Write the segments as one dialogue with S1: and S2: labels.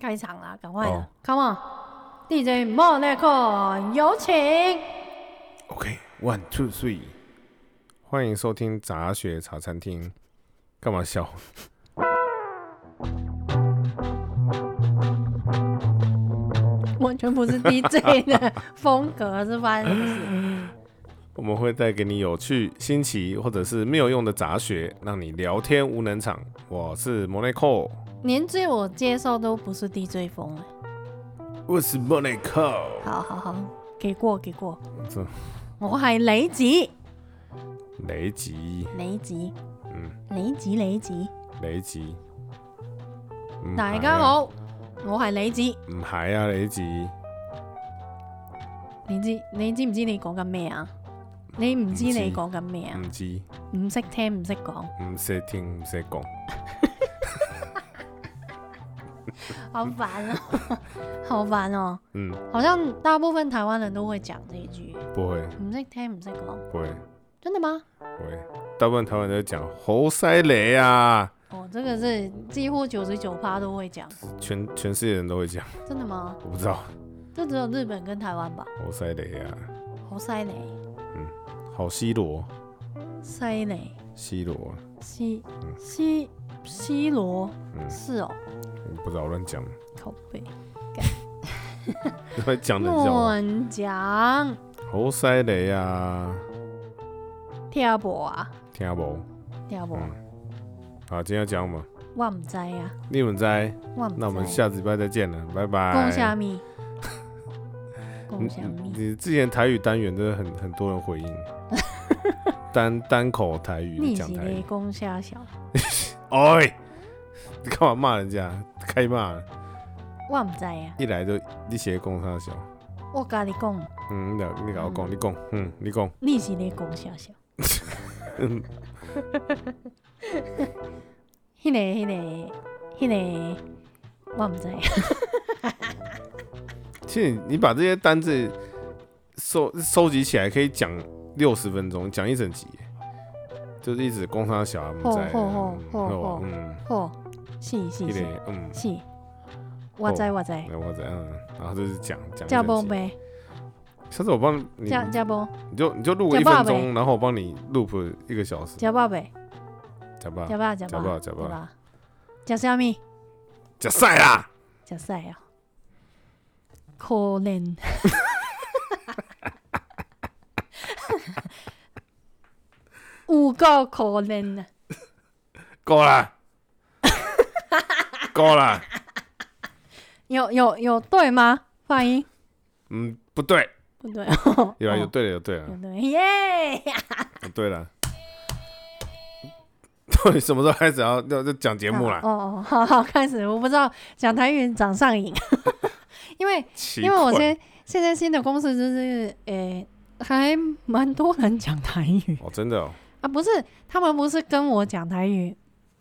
S1: 开场啦，赶快的、
S2: 哦
S1: c o m e on，DJ 莫奈克，有请。
S2: OK，one two three，欢迎收听杂学茶餐厅。干嘛笑？
S1: 完全不是 DJ 的风格，是发生什么事？
S2: 我们会带给你有趣、新奇或者是没有用的杂学，让你聊天无能场。我是 Monaco，
S1: 连最我接受都不是 DJ 风了。
S2: 我是 Monaco。
S1: 好好好，给过给过。
S2: 这
S1: 我係李子，
S2: 雷吉，
S1: 李子，
S2: 嗯，
S1: 李子，李子。
S2: 雷吉。唔
S1: 大
S2: 係
S1: 家
S2: 啊，
S1: 好，我係李子。
S2: 唔係啊，雷吉。
S1: 你知你知唔知你講緊咩啊？你唔知
S2: 唔知
S1: 你講緊咩啊？
S2: 唔知，
S1: 唔識聽唔識講，
S2: 嗯唔識聽，唔識講。
S1: 好煩 啊！好煩哦！
S2: 嗯，
S1: 好像大部分台灣人都會講這一句，
S2: 不會，
S1: 唔識聽唔識講，
S2: 不會，
S1: 真的嗎？
S2: 不會。大部分台灣人都講好犀利啊，
S1: 哦，這個是幾乎九十九趴都會講，
S2: 全全世界人都會講。
S1: 真的嗎？
S2: 我不知道，
S1: 就只有日本跟台灣吧，
S2: 好犀利啊，
S1: 好犀利，
S2: 好啊 C 罗
S1: 犀利，
S2: ，C 罗，
S1: 西西西羅
S2: 嗯
S1: 是哦，
S2: 我不知道我乱讲，
S1: 靠背，
S2: 乱讲的叫啊
S1: 亂講
S2: 好犀利啊，
S1: 聽無啊，
S2: 听无？
S1: 聽無，
S2: 嗯，好，今天要讲什么？
S1: 我唔知啊，
S2: 你们在，
S1: 我唔知。
S2: 那我们下次礼拜再见了，拜拜。
S1: 讲虾 米？
S2: 嗯
S1: 讲虾米？
S2: 你之前台语单元真的很很多人回应，单单口台语
S1: 你是
S2: 讲台
S1: 咧
S2: 语，
S1: 讲虾小？
S2: 哎，你干嘛骂人家？开骂了，
S1: 我唔知啊，
S2: 一来就你写公差小，
S1: 我甲你讲，
S2: 嗯，你你搞我讲，你讲，嗯，你讲，
S1: 你是咧讲虾小？
S2: 嗯，
S1: 迄个、迄个、迄个，我唔知。
S2: 其实你把这些单字收收集起来，可以讲六十分钟，讲一整集，就是一直工商小阿姆在，
S1: 吼吼吼吼吼
S2: 嗯，
S1: 好，是是
S2: 一
S1: 是
S2: 类，嗯，
S1: 是，我知
S2: 好
S1: 我知。
S2: 那我怎样？然后就是讲讲一
S1: 加崩
S2: 整集。
S1: 呗，
S2: 下次我帮你，
S1: 加加崩，
S2: 你就你就录个
S1: 假
S2: 一
S1: 爸
S2: 分
S1: 呗
S2: 钟，然后我帮你 loop 一个小时，
S1: 加包呗，
S2: 假吧
S1: 加？包加
S2: 假
S1: 包
S2: 吧？假吧？
S1: 吧。食虾米？
S2: 假赛啦！
S1: 食屎啊！可怜。有够可怜啊！
S2: 够了， 够了，
S1: 有有有对吗？发音
S2: 嗯，不对，
S1: 不对，
S2: 有啊，有
S1: 哦
S2: 对了，有对了
S1: 有，对， 耶！
S2: 有对了。 到底什么时候开始要要要讲节目啦
S1: 好？哦哦，好好开始，我不知道讲台语长上瘾， 因为
S2: 奇
S1: 因为我
S2: 怪
S1: 现现在新的公司就是诶、还蛮多人讲台语
S2: 哦，真的哦，
S1: 啊，不是他们不是跟我讲台语，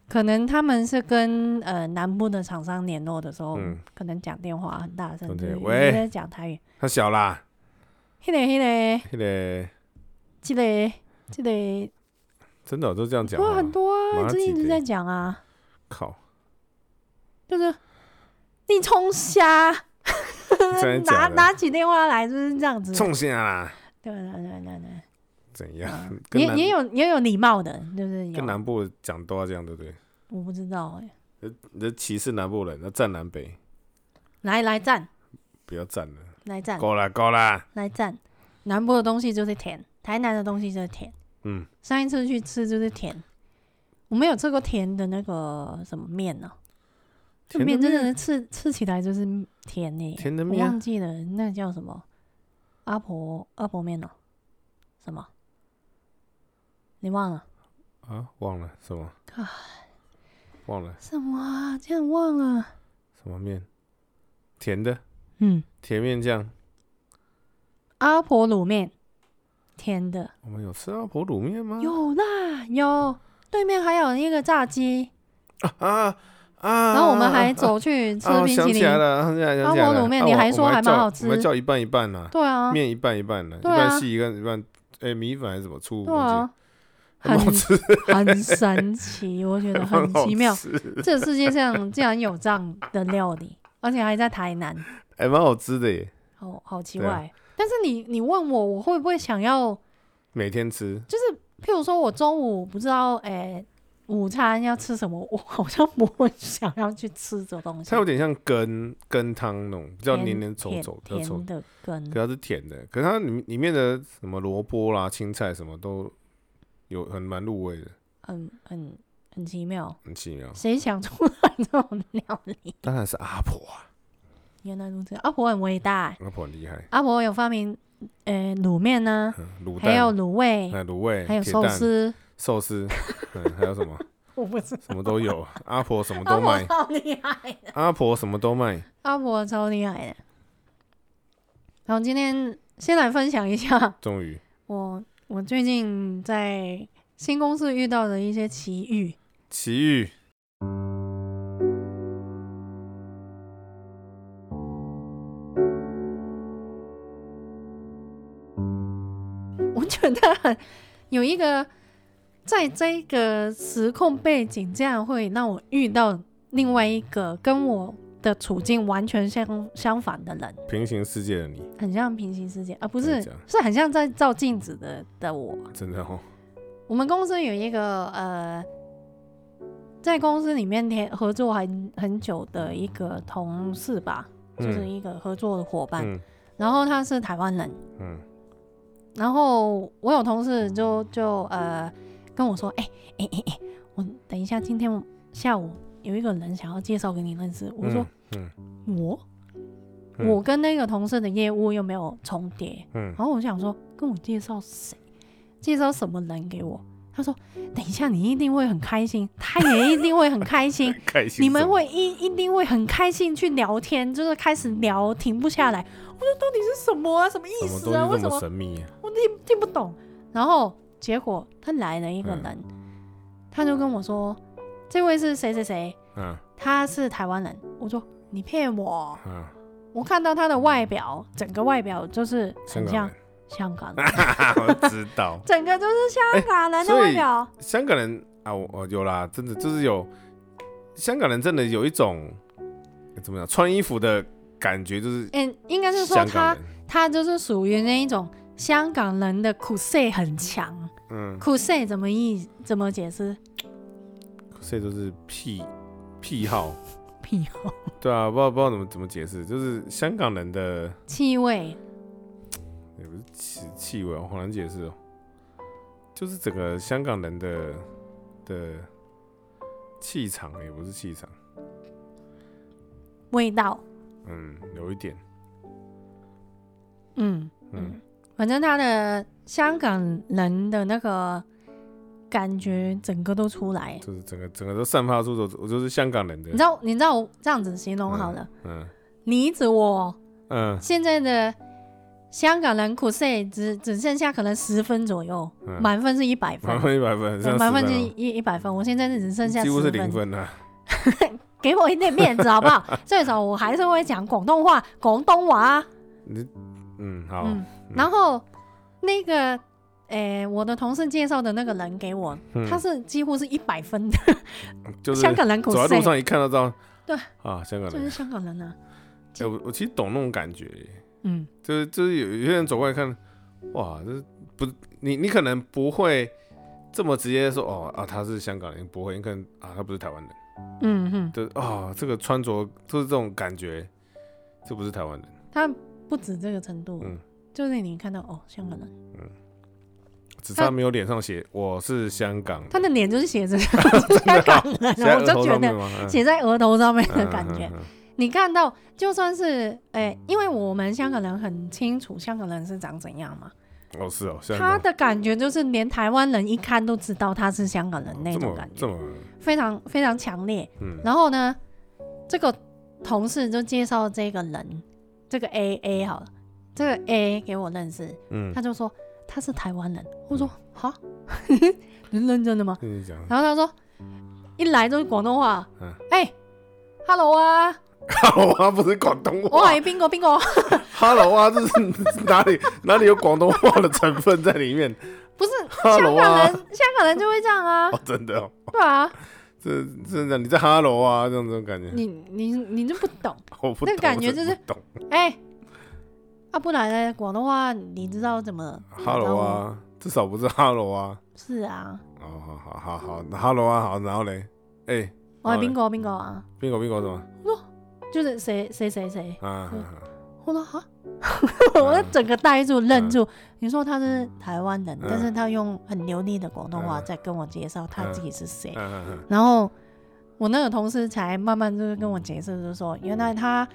S1: 可能他们是跟呃南部的厂商联络的时候，
S2: 嗯
S1: 可能讲电话很大声，
S2: 对
S1: 就是
S2: 喂
S1: 在讲台语，
S2: 他小啦，
S1: 嘿嘞嘿嘞，
S2: 那个
S1: 这嘞这嘞，
S2: 真的哦都这样讲
S1: 多
S2: 哦，
S1: 很多啊，
S2: 马
S1: 就
S2: 吉
S1: 一直
S2: 嘞
S1: 在讲啊。
S2: 靠，
S1: 就是你冲虾，
S2: 真的
S1: 拿
S2: 假的？
S1: 拿起电话来就是这样子。
S2: 冲下啦，
S1: 对对对对对，
S2: 怎样？跟
S1: 也
S2: 南
S1: 啊也有也有礼貌的，对不对？
S2: 跟
S1: 有
S2: 南部讲都要这样，对不对？
S1: 我不知道哎、
S2: 你这歧视南部人，那站南北，
S1: 来来站，
S2: 不要站了，
S1: 来站，
S2: 够了，够了。
S1: 来站。南部的东西就是甜，台南的东西就是甜。
S2: 嗯，
S1: 上一次去吃就是甜，我没有吃过甜的那个什么面呢、这
S2: 甜的
S1: 面真的是吃吃起来就是甜呢、
S2: 甜的
S1: 我
S2: 面
S1: 忘
S2: 啊，
S1: 记了，那个叫什么？阿婆阿婆面哦、什么？你忘了
S2: 啊忘了什么
S1: 啊？
S2: 忘了
S1: 什么啊？竟然忘了。
S2: 什么面？甜的
S1: 嗯，
S2: 甜面酱，
S1: 阿婆卤面，甜的
S2: 我们有吃阿婆卤面吗？
S1: 有啦，有。对面还有一个炸鸡，
S2: 啊啊！
S1: 然后我们还走去吃
S2: 啊，
S1: 冰淇
S2: 想起
S1: 淋。
S2: 来了，想起来，想起
S1: 阿婆
S2: 来了。
S1: 卤面
S2: 啊
S1: 你
S2: 我
S1: 还说
S2: 我
S1: 还蛮
S2: 叫
S1: 好吃
S2: 我还叫一半一半呢，
S1: 对啊，
S2: 面一半一半呢，一
S1: 对啊
S2: 半细一个一半，哎，米粉还是什么醋？
S1: 对
S2: 忘记
S1: 啊，
S2: 很好
S1: 很
S2: 吃，
S1: 很 神奇，我觉得很
S2: 好
S1: 奇妙。
S2: 吃
S1: 这世界上竟然有这样的料理，而且还在台南，
S2: 哎，蛮好吃的耶，
S1: 好好奇
S2: 对啊
S1: 怪。但是你你问我，我会不会想要？
S2: 每天吃。
S1: 就是譬如说我中午不知道哎、午餐要吃什么，我好像不会 想要去吃这东西
S2: 它。有点像羹羹汤那种，比较黏黏稠
S1: 甜
S2: 稠，比较稠
S1: 甜。的跟
S2: 可它是甜的，可是它里里面的什么萝卜啦、青菜什么都有很蛮入味的，
S1: 很很很奇妙，
S2: 很奇妙。
S1: 谁想出来这种料理？
S2: 当然是阿婆啊，
S1: 原来如此，阿婆很伟大、
S2: 阿婆很厉害，
S1: 阿婆有发明呃卤面呢，
S2: 嗯卤
S1: 还有
S2: 蛋、
S1: 卤味，
S2: 哎卤味、
S1: 还有
S2: 铁
S1: 寿
S2: 蛋、
S1: 司。
S2: 寿司，嗯，还有什么
S1: 我不知道，
S2: 什么都有， 阿婆什么
S1: 阿
S2: 都
S1: 婆
S2: 卖，
S1: 超厉害的，
S2: 阿婆什么都卖。
S1: 阿婆超厉害的。然后今天先来分享一下
S2: 终于，
S1: 我我最近在新公司遇到的一些奇遇，
S2: 奇遇
S1: 我觉得很有一个在这个时空背景，这样会让我遇到另外一个跟我的处境完全相相反的人，
S2: 平行世界的你，
S1: 很像平行世界啊，不
S2: 真
S1: 是
S2: 的假的，
S1: 是很像在照镜子的的我。
S2: 真的哦，
S1: 我们公司有一个呃，在公司里面天合作很很久的一个同事吧，就是
S2: 嗯
S1: 一个合作的伙伴。
S2: 嗯
S1: 然后他是台湾人，
S2: 嗯，
S1: 然后我有同事就就呃跟我说，哎哎哎哎，我等一下今天下午有一个人想要介绍给你认识，我说、
S2: 嗯，
S1: 我、
S2: 嗯
S1: 我跟那个同事的业务又没有重叠，
S2: 嗯
S1: 然后我想说跟我介绍谁，介绍什么人给我。他说：“等一下，你一定会很开心，他也一定会很开 心，
S2: 嗯开心，
S1: 你们，会一一定会很开心去聊天，就是开始聊停不下来。我说到底是什么啊？什么意
S2: 什么
S1: 思啊？
S2: 东
S1: 为
S2: 西
S1: 什
S2: 这
S1: 么
S2: 么神秘啊？
S1: 我听听不懂？然后结果他来了一个人，
S2: 嗯
S1: 他就跟我说，这位是谁谁谁，
S2: 嗯
S1: 他是台湾人。我说你骗我，
S2: 嗯，
S1: 我看到他的外表，整个外表就是很
S2: 香港
S1: 像
S2: 人
S1: 香港人，
S2: 我知道，
S1: 整个就是香港人的
S2: 所以
S1: 外表。
S2: 香港人啊，我我有啦，真的就是有香港人真的有一种呃怎么讲穿衣服的感觉，就是
S1: 嗯，应该是说
S2: 香
S1: 他
S2: 港人，
S1: 他就是属于那一种香港人的苦涩很强。
S2: 嗯，
S1: 酷涩怎么意怎么解释？
S2: 所以就是癖癖好，
S1: 癖好、
S2: 对啊，不知道不知道怎么怎么解释，就是香港人的
S1: 气味，
S2: 也不是气气味哦，好难解释哦，就是整个香港人的的气场也不是气场，
S1: 味道，
S2: 嗯，有一点，
S1: 嗯
S2: 嗯
S1: 嗯，反正他的香港人的那个感觉，整个都出来。
S2: 就是整个整个都散发出我我就是香港人
S1: 你
S2: 的
S1: 知，道，你知道我这样子形容好了，
S2: 嗯
S1: 你指我
S2: 嗯
S1: 现在的香港人苦涩只只剩下可能十分左右，
S2: 嗯。
S1: 满分是一百分
S2: 满，分一百分，
S1: 对
S2: 像
S1: 满
S2: 10
S1: 分
S2: 哦
S1: 是一一百分，我现在只剩下
S2: 几乎是
S1: 10
S2: 零分啊。
S1: 给我一点面子好不 好？最少我还是会讲广东话、广东话啊。
S2: 你嗯好，
S1: 嗯，然后那个，诶、我的同事介绍的那个人给我，
S2: 嗯
S1: 他是几乎是一百分的、
S2: 就是
S1: 香港人口
S2: 走在
S1: 塞
S2: 路，上一看到这样，
S1: 对
S2: 啊，香港
S1: 就是。
S2: 人
S1: 香港人啊。
S2: 哎我我其实懂那种感觉，
S1: 嗯，
S2: 就是就是有有些人走过来看，哇，这不你你可能不会这么直接说哦啊他是香港人，不会，你可能啊他不是台湾人，
S1: 嗯哼，
S2: 就是啊这个穿着就是这种感觉，这不是台湾人，
S1: 他不止这个程度，
S2: 嗯
S1: 就是你看到哦，香港人，
S2: 只差没有脸上写我是香港人，
S1: 他的脸就是写 着香港人，啊
S2: 写在
S1: 我
S2: 额头
S1: 就觉
S2: 上面
S1: 得
S2: 吗？嗯
S1: 写在额头上面的
S2: 嗯
S1: 感
S2: 嗯
S1: 觉。
S2: 嗯
S1: 你看到，就算是诶、因为我们香港人很清楚香港人是长怎样嘛，
S2: 嗯哦是哦，香港
S1: 他的感觉就是连台湾人一看都知道他是香港人
S2: 哦
S1: 那
S2: 这
S1: 种
S2: 么
S1: 感觉
S2: 这，么
S1: 非常非常强烈。
S2: 嗯
S1: 然后呢，这个同事就介绍这个人，这个 A A 好了，这个 A 给我认识，
S2: 嗯
S1: 他就说他是台湾人，我说哈， 你认真的吗？
S2: 跟你讲，
S1: 然后他说一来就是广东话
S2: 嗯，
S1: 哎、h e l l o 啊，
S2: Hello 啊，不是广东
S1: 我
S2: 话
S1: 係邊個邊個，
S2: ，Hello 啊，这是哪里哪里有广东话的成分在里面
S1: 不是
S2: ？Hello
S1: 香港
S2: 啊
S1: 人，香港人就会这样啊，
S2: 哦，真的哦，
S1: 对啊，
S2: 这这真的你在哈喽啊，这种这种感觉，
S1: 你你你就不懂，
S2: 我不
S1: 那
S2: 懂
S1: 感觉
S2: 我真的
S1: 就是
S2: 不懂
S1: 哎、啊，不然呢？广东话你知道怎么
S2: 哈喽？
S1: 嗯
S2: 啊，至少不是哈喽啊。
S1: 是啊，
S2: 哦，好好好好，哈喽啊，好，然后嘞，哎，
S1: 我
S2: 好嘞
S1: 冰狗冰狗啊，
S2: 冰狗冰狗什么
S1: 就是谁谁谁谁，
S2: 啊啊？啊
S1: 我说哈，嗯 我整个呆住愣住。你说他是台湾人，
S2: 嗯
S1: 但是他用很流利的广东话
S2: 嗯
S1: 在跟我介绍他自己是谁，
S2: 啊啊
S1: 然后我那个同事才慢慢就是跟我解释，就是说原来他，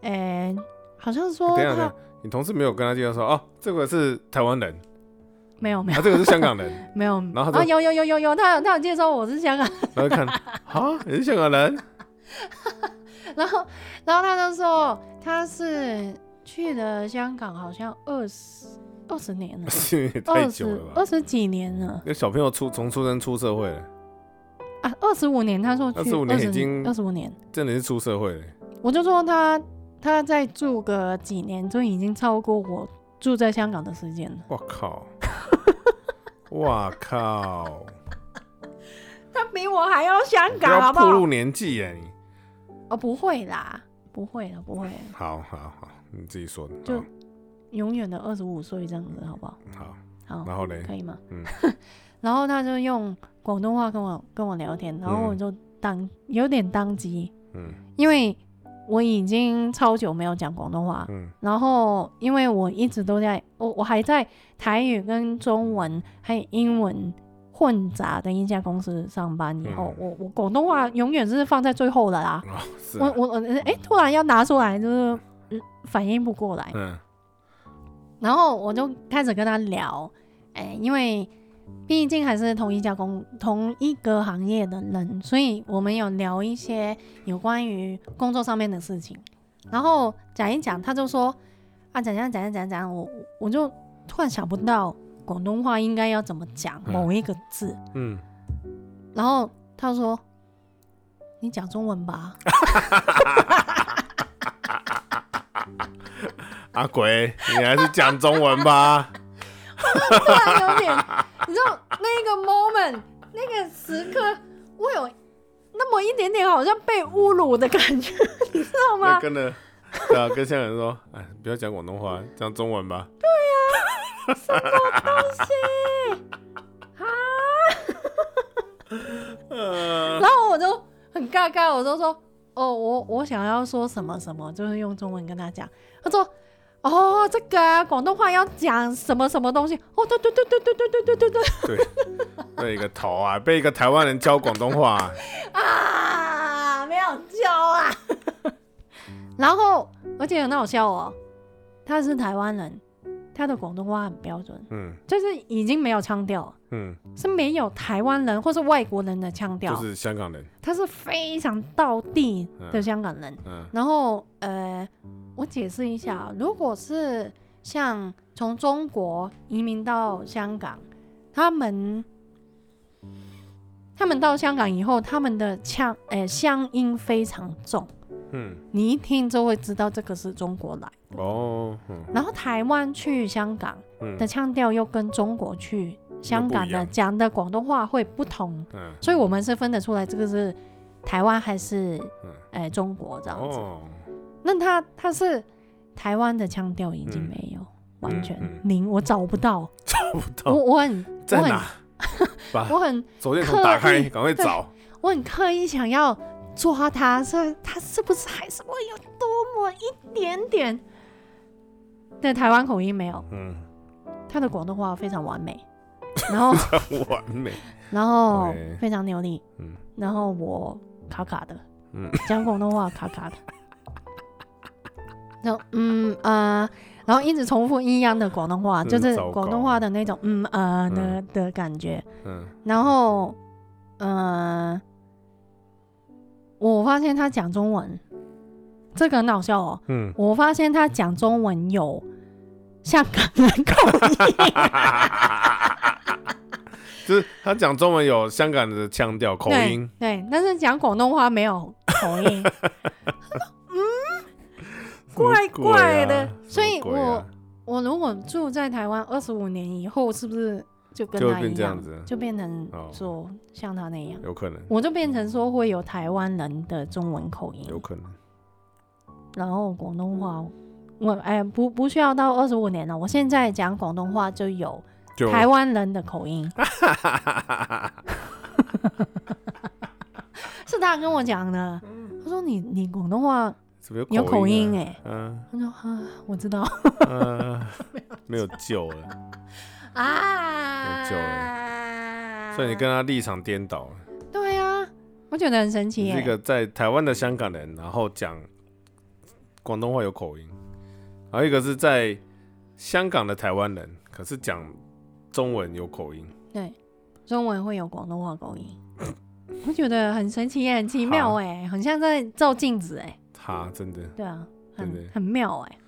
S1: 诶、好像
S2: 啊！
S1: 说
S2: 等一下等一
S1: 他
S2: 下，你同事没有跟他介绍说，哦，这个是台湾人，
S1: 没有没有
S2: 啊，这个是香港人，
S1: 没有，
S2: 然后他
S1: 啊
S2: 就
S1: 有有有有有，他有他有介绍我是香港
S2: 然后看，啊，你是香港人，
S1: 然后，然后他就说他是去了香港，好像二十二十年了，
S2: 也太
S1: 二
S2: 久
S1: 十
S2: 了吧
S1: 二？十几年了
S2: 那小朋友出从出生出社会了，
S1: 啊，二十五年。他说去
S2: 25年已经
S1: 二十五年，
S2: 真的是出社会了。
S1: 我就说他他再住个几年，就已经超过我住在香港的时间了。
S2: 我 靠！我靠！
S1: 他比我还要香
S2: 不
S1: 港，好
S2: 要
S1: 不
S2: 暴
S1: 好
S2: 露？年纪耶！你
S1: 哦，不会啦，不会啦，不会啦，
S2: 好好好，你自己说的。
S1: 就永远的二十五岁这样子，好不好？
S2: 好，
S1: 好
S2: 好，然后嘞，
S1: 可以吗？
S2: 嗯
S1: 然后他就用广东话跟我跟我聊天，然后我就当、有点当机，
S2: 嗯
S1: 因为我已经超久没有讲广东话，
S2: 嗯
S1: 然后因为我一直都在，我我还在台语跟中文还有英文混杂的一家公司上班以后，
S2: 嗯
S1: 我我广东话永远是放在最后的啦。
S2: 哦，是啊
S1: 我我我哎，突然要拿出来，就是嗯反应不过来。
S2: 嗯
S1: 然后我就开始跟他聊，哎，因为毕竟还是同一家公同一个行业的人，所以我们有聊一些有关于工作上面的事情。然后讲一讲，他就说啊，讲讲讲讲讲讲，我我就突然想不到广东话应该要怎么讲
S2: 嗯
S1: 某一个字，
S2: 嗯，
S1: 然后他说你讲中文吧，
S2: 阿啊鬼，你还是讲中文 吧。
S1: 突然有点，你知道那个 moment 那个时刻，我有那么一点点好像被侮辱的感觉， 你知道
S2: 那
S1: 吗？
S2: 跟着，对啊，跟香港人说，哎，不要讲广东话，讲中文吧。
S1: 东西，啊
S2: 嗯，
S1: 然后我就很尴尬，我就说，哦，我我想要说什么什么，就是用中文跟他讲。他说，哦，这个啊广东话要讲什么什么东西？哦，对对对对对对对对对对
S2: 对，被一个头啊，被一个台湾人教广东话啊、
S1: 啊，没有教啊。 然后，而且很好笑哦，他是台湾人，他的广东话很标准，
S2: 嗯
S1: 就是已经没有腔调了，
S2: 嗯，
S1: 是没有台湾人或是外国人的腔调，
S2: 就是香港人，
S1: 他是非常道地的香港人。
S2: 嗯
S1: 然后，呃，我解释一下，啊如果是像从中国移民到香港，他们他们到香港以后，他们的腔呃乡音非常重，
S2: 嗯，
S1: 你一听就会知道这个是中国来。
S2: 哦，嗯
S1: 然后台湾去香港的
S2: 嗯
S1: 腔调又跟中国去香港
S2: 又不一
S1: 的
S2: 样
S1: 讲的广东话会不同，
S2: 嗯，
S1: 所以我们是分得出来这个是台湾还是
S2: 嗯
S1: 呃中国这样子。
S2: 哦，
S1: 那他他是台湾的腔调已经没有，完全
S2: 嗯
S1: 零，我找不到，
S2: 找不
S1: 我
S2: 到，哎
S1: 我很我很
S2: 在哪？把
S1: 我很
S2: 手电筒打
S1: 刻
S2: 开
S1: 意，
S2: 赶快找。
S1: 我很刻意想要抓他，是他是不是还是会有多么一点点的台湾口音没有？
S2: 嗯，
S1: 他的广东话非常完美，然后
S2: 完美。
S1: 然后
S2: OK
S1: 非常流利，
S2: 嗯
S1: 然后我卡卡的，
S2: 嗯
S1: 讲广东话卡卡的， 然后嗯呃，然后一直重复一样的广东话，就
S2: 真
S1: 是
S2: 糟糕
S1: 广东话的那种嗯呃
S2: 嗯
S1: 的的感觉。
S2: 嗯
S1: 然后呃，我发现他讲中文，这个很好笑哦。
S2: 嗯，
S1: 我发现他讲中文有香港人 口音。
S2: 就是他讲中文有香港的腔调口音，
S1: 对，对，但是讲广东话没有口音，怪怪的
S2: 什么鬼啊
S1: 所以
S2: 什么鬼啊
S1: 我如果住在台湾二十五年以后，是不是就跟
S2: 就会
S1: 他
S2: 变
S1: 一
S2: 这样
S1: 样，
S2: 子
S1: 就变成
S2: 哦
S1: 说像他那样，
S2: 有可能，
S1: 我就变成说会有台湾人的中文口音，
S2: 有可能，
S1: 然后广东话，我哎不不需要到二十五年了，我现在讲广东话就有
S2: 就
S1: 台湾人的口 音，是他跟我讲的，他说你你广东话
S2: 怎么
S1: 有
S2: 有
S1: 口音
S2: 音
S1: 哎、
S2: 啊？嗯
S1: 他说啊我知 道
S2: 嗯，没有救了，
S1: 啊，
S2: 久所以你跟他立场颠倒 了。
S1: 对啊，我觉得很神奇
S2: 你
S1: 耶、
S2: 是一个在台湾的香港人，然后讲广东话有口音，还有一个是在香港的台湾人，可是讲中文有口音，
S1: 对，中文会有广东话口音， 我觉得很神奇耶、很奇妙哎、很像在照镜子哎、
S2: 他真的
S1: 对啊，
S2: 对
S1: 很
S2: 对
S1: 很妙哎、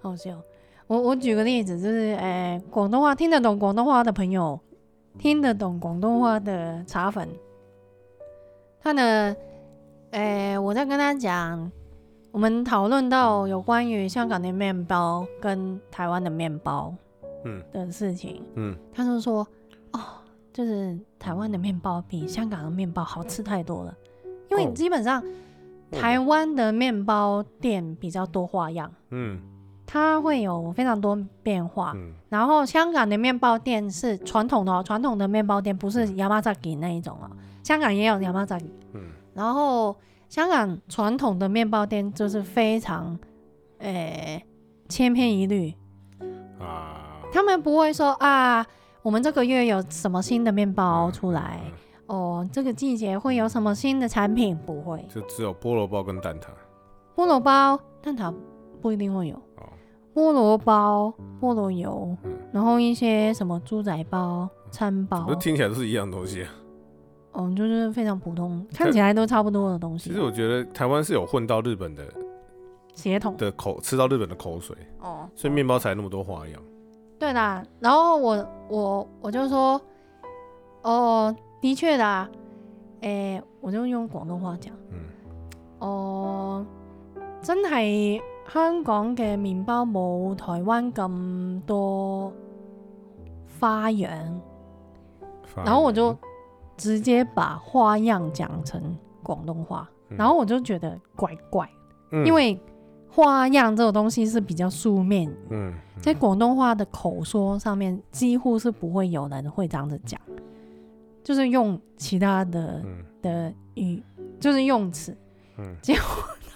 S1: 好笑。我我举个例子，就是诶，广、东话听得懂广东话的朋友，听得懂广东话的茶粉，他呢，诶、我在跟他讲，我们讨论
S2: 嗯
S1: 到有关于香港的面包跟台湾的面包，
S2: 嗯
S1: 的事情，
S2: 嗯，
S1: 他就说，哦，就是台湾的面包比香港的面包好吃太多了，因为
S2: 哦
S1: 基本上台湾的面包店比较多花样，
S2: 嗯
S1: 它会有非常多变化。
S2: 嗯
S1: 然后香港的面包店是传统的、哦，传统的面包店不是 Yamazaki 那一种哦，香港也有 Yamazaki。
S2: 嗯，
S1: 然后香港传统的面包店就是非常，呃，千篇一律，
S2: 啊，
S1: 他们不会说啊，我们这个月有什么新的面包出来，
S2: 嗯
S1: 哦，这个季节会有什么新的产品，不会。
S2: 就只有菠萝包跟蛋挞
S1: 菠萝包、蛋挞不一定会有，
S2: 哦，
S1: 菠萝包、菠萝油，
S2: 嗯
S1: 然后一些什么猪仔包、餐包
S2: 不是，听起来都是一样东西、啊。
S1: 哦，就是非常普通，
S2: 看
S1: 看起来都差不多的东
S2: 其
S1: 西
S2: 实，我觉得台湾是有混到日本的
S1: 协同
S2: 的口，吃到日本的口水，
S1: 哦。
S2: 所以面包才有那么多花样。
S1: 对啦，然后我我我就说，哦，的确啦，诶，我就用广东话讲。
S2: 嗯，
S1: 哦，真係香港嘅麵包冇台灣咁多花樣，然後我就直接把花樣講成廣東話，
S2: 嗯
S1: 然後我就覺得怪怪，
S2: 嗯，
S1: 因為花樣這種東西是比較書面，
S2: 嗯，嗯
S1: 在廣東話的口說上面幾乎是不會有人會這樣子講，就是用其他的
S2: 嗯
S1: 的语，就是用词。
S2: 嗯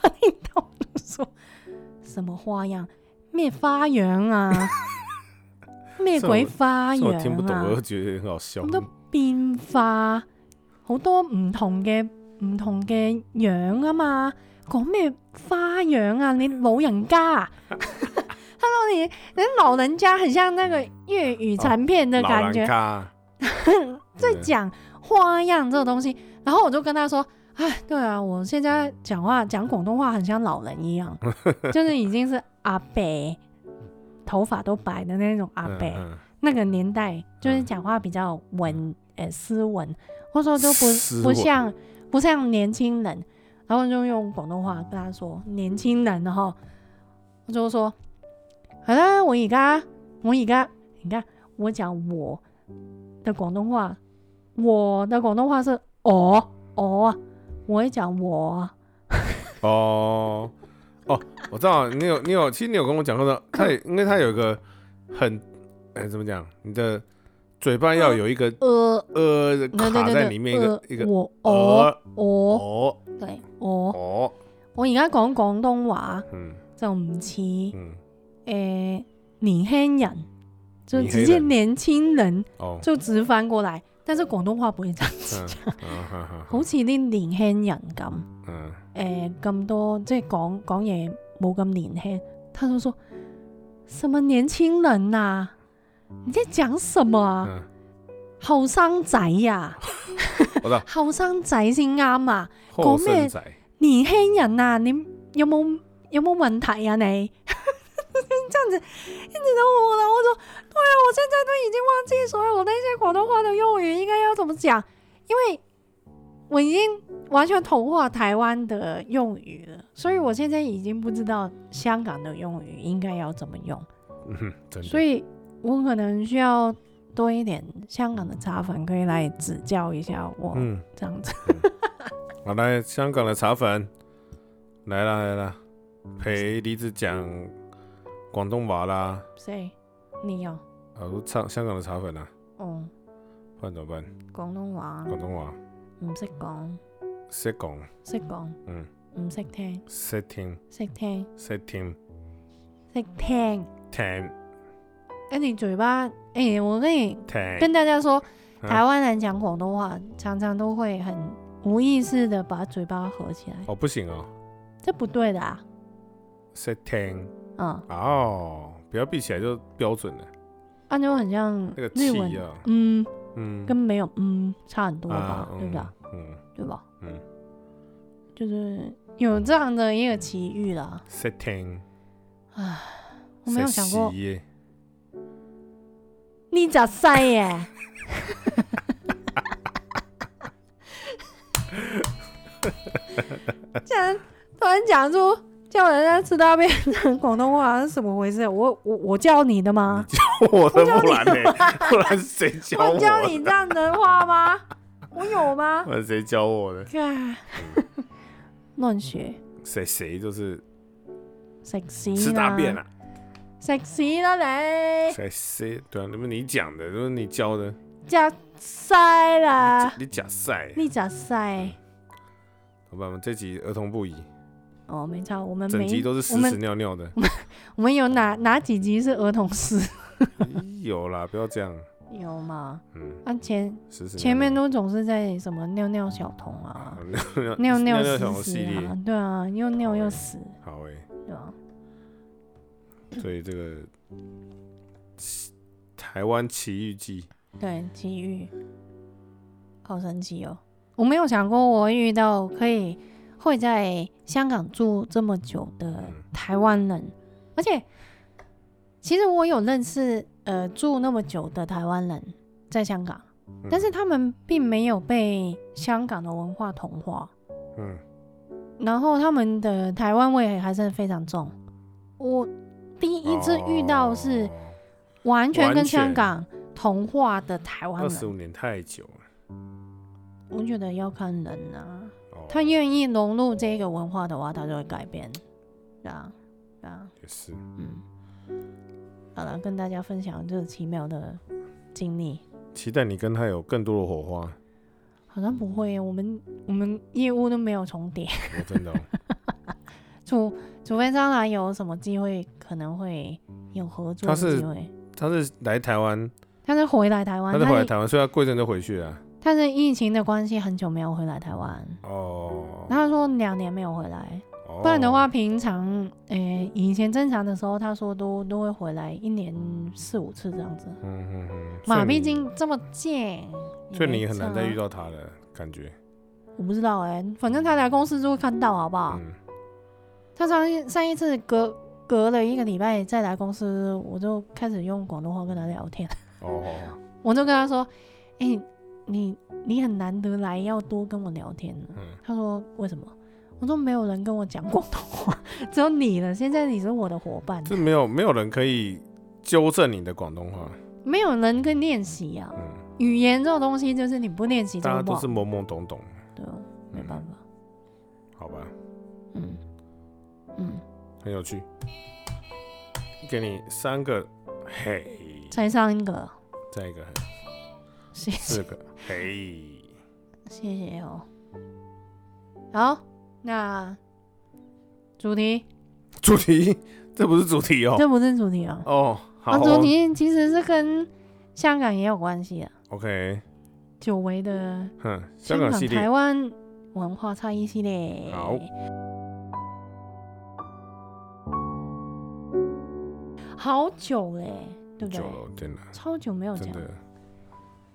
S1: 他听到我就说什么花样，咩花样 啊，咩鬼花
S2: 是
S1: 样
S2: 我听不懂，我
S1: 啊
S2: 就，觉得很好笑
S1: 咁。多變化，好多唔同嘅唔同嘅樣啊嘛，講咩花樣啊？你老人家、 啊。Hello，你你老人家很像那个粤语残片的
S2: 哦老
S1: 感
S2: 人嗯
S1: 觉，
S2: 咖，
S1: 在讲花样这个东西，然后我就跟他说：“哎，对啊，我现在讲话讲广东话很像老人一 样，就是已经是阿伯，头发都白的那种阿伯，
S2: 嗯
S1: 那个年代就是讲话比较文呃斯文，或者说就
S2: 斯
S1: 不不
S2: 文
S1: 像不像年轻人，然后就用广东话跟他说年轻人哈，吼我就说，好啦，我而家我而家你看我讲我的广东话，我的广东话是我我啊，我会讲我啊，
S2: 哦哦，我知道你有你有，其实你有跟我讲过 的，他也因为他有一个很哎怎么讲，你的嘴巴要有一 个
S1: 呃，
S2: 呃
S1: 对对
S2: 卡
S1: 对
S2: 在
S1: 对
S2: 里面一个
S1: 呃
S2: 一个
S1: 我我
S2: 哦
S1: 我
S2: 哦
S1: 对我
S2: 哦，
S1: 我而家講廣東話
S2: 嗯
S1: 就唔似誒
S2: 嗯
S1: 年輕人，就
S2: 年輕
S1: 直
S2: 人
S1: 接年輕人
S2: 哦，
S1: 就直翻過來，但是廣東話不會這樣子
S2: 嗯， 嗯嗯
S1: 好似啲年輕人咁
S2: 嗯
S1: 誒咁多，即係講講嘢冇咁年輕。他就說：什麼年輕人啊？你在講什麼啊？
S2: 嗯，
S1: 後生仔呀、
S2: 我知道
S1: 後生仔先啱啊！
S2: 后生仔，
S1: 年輕人啊，你有冇有冇問題啊你？ 这樣子一直都我然後我就对啊，我現在都已經忘記所有那些廣東話的用語應該要怎麼講，因為我已經完全同化台灣的用語了，所以我現在已經不知道香港的用語應該要怎麼用。
S2: 嗯，真的。
S1: 所以我可能需要多一点香港的茶粉可以来指教一下我，
S2: 嗯，
S1: 这样子。
S2: 好来，香港的茶粉来啦来啦，陪梨子讲广东话啦。
S1: 谁？你有？
S2: 啊，我唱香港的茶粉啊，
S1: 哦，
S2: 不然怎么办？
S1: 廣東話
S2: 广東話
S1: 唔識講，
S2: 識講，
S1: 識講
S2: 嗯，
S1: 唔識聽，
S2: 識聽，
S1: 識聽
S2: 識聽，
S1: 識聽。
S2: 聽
S1: 哎，你嘴巴，哎、我跟你
S2: 聽
S1: 跟大家说，
S2: 哎嗯
S1: 台湾人讲广东话，常常都会很无意识的把嘴巴合起来，
S2: 哦，不行哦，
S1: 这不对的啊。
S2: 識聽
S1: 嗯，
S2: 哦，不要闭起来就标准了，
S1: 按啊就很像
S2: 那个
S1: 日
S2: 气
S1: 文，
S2: 啊，
S1: 嗯，
S2: 嗯，
S1: 跟没有嗯差很多吧
S2: 啊，，
S1: 对不对？
S2: 嗯，
S1: 对吧？
S2: 嗯，
S1: 就是有这样的一个奇遇啦。
S2: 識聽，
S1: 我没有想过
S2: 識，試
S1: 你咋塞耶？ 竟然突然讲出叫人家吃大便的广东话是怎么回事？我我我教你的吗？
S2: 我的
S1: 教
S2: 不
S1: 你
S2: 然呢？ 不然谁教
S1: 我
S2: 我
S1: 教
S2: 的？
S1: 你这样的话吗？我有吗
S2: 不？然谁教我的？
S1: 干 乱学，
S2: 谁谁就是
S1: 食屎
S2: 吃大便
S1: 啦，
S2: 啊？
S1: 食屎啦你，
S2: 谁谁对啊？那不是你讲的，那不是你教的，
S1: 食塞啦，
S2: 你假赛，
S1: 啊
S2: 啊
S1: 你食塞。
S2: 好吧？我们这集儿童不宜，
S1: 哦，没错，我们
S2: 整
S1: 没，
S2: 集都是
S1: 我
S2: 屎
S1: 们
S2: 屎尿尿 的，
S1: 我们有哪哪几集是儿童诗？
S2: 哎有啦，不要这样，
S1: 有嘛？
S2: 嗯，
S1: 啊前
S2: 屎屎尿
S1: 前面
S2: 尿
S1: 都总是在什么尿尿小童啊，
S2: 啊
S1: 尿
S2: 尿
S1: 尿
S2: 小
S1: 死
S2: 童系
S1: 死
S2: 列哦
S1: 啊，，对啊，又尿又死，
S2: 好诶，
S1: 对啊吧？
S2: 所以这个奇台湾奇遇记，
S1: 对，机遇，好神奇哦！我没有想过我会遇到可以会在香港住这么久的
S2: 嗯
S1: 台湾人，而且其实我有认识呃住那么久的台湾人在香港，
S2: 嗯
S1: 但是他们并没有被香港的文化同化，
S2: 嗯，
S1: 然后他们的台湾味还是非常重。我第一次遇到是
S2: 哦
S1: 完全跟
S2: 完全
S1: 香港同化的台湾
S2: 二
S1: 人，
S2: 十五年太久了，
S1: 我觉得要看人啊，
S2: 哦
S1: 他愿意融入这个文化的话，他就会改变。对啊，对啊，
S2: 也是，
S1: 嗯。好了，跟大家分享这个奇妙的经历。
S2: 期待你跟他有更多的火花，
S1: 好像不会耶，我们我们业务都没有重叠，
S2: 我真的哦
S1: 除除非将来有什么机会，可能会有合作
S2: 他
S1: 的
S2: 是
S1: 机会。
S2: 他是来台湾，
S1: 他是回来台湾，
S2: 他是回来台湾，所以他过一阵就回去啊了，
S1: 他是疫情的关系，很久没有回来台湾。
S2: 哦，
S1: 他说两年没有回来，
S2: 不
S1: 不然的话，，平常诶、以前正常的时候，他说都都会回来一年四五次这样子。
S2: 嗯嗯嗯，所以
S1: 嘛，
S2: 你
S1: 毕竟这么贱，
S2: 所以你很难再遇
S1: 到。
S2: 到他了，感觉，
S1: 我不知道哎、反正他来公司就会看到，好不好？
S2: 嗯，
S1: 他上一上一次隔隔了一个礼拜再来公司，我就开始用广东话跟他聊天，
S2: 哦，
S1: 我就跟他说：“哎、你你很难得来，要多跟我聊天。”
S2: 嗯
S1: 他说：“为什么？”我说：“没有人跟我讲广东话， 只有你了。现在你是我的伙伴，
S2: 这没有没有人可以纠正你的广东话，
S1: 没有人跟练习呀、
S2: 嗯。
S1: 语言这种东西就是你不练习就
S2: 大家
S1: 忘
S2: 都是
S1: 了，
S2: 懵嗯懵懂懂，
S1: 对啊，没办法。
S2: 好吧，
S1: 嗯嗯，
S2: 很有趣。给你三个嘿，
S1: 才上一个，
S2: 再一个嘿，
S1: 谢谢
S2: 四个嘿，
S1: 谢谢哦。好，那主题
S2: 主题这不是主题哦，
S1: 这不是主题啊，
S2: 哦，好
S1: 那主
S2: 哦
S1: 题其实是跟香港也有关系的，
S2: ，OK，
S1: 久违的
S2: 哼，嗯
S1: 香
S2: 香港
S1: 港、
S2: 系列
S1: 台，湾文化差异系列。
S2: 好
S1: 好久嘞、对不
S2: 久
S1: 对？
S2: 了，真的，
S1: 超久没有
S2: 真
S1: 讲，
S2: 的，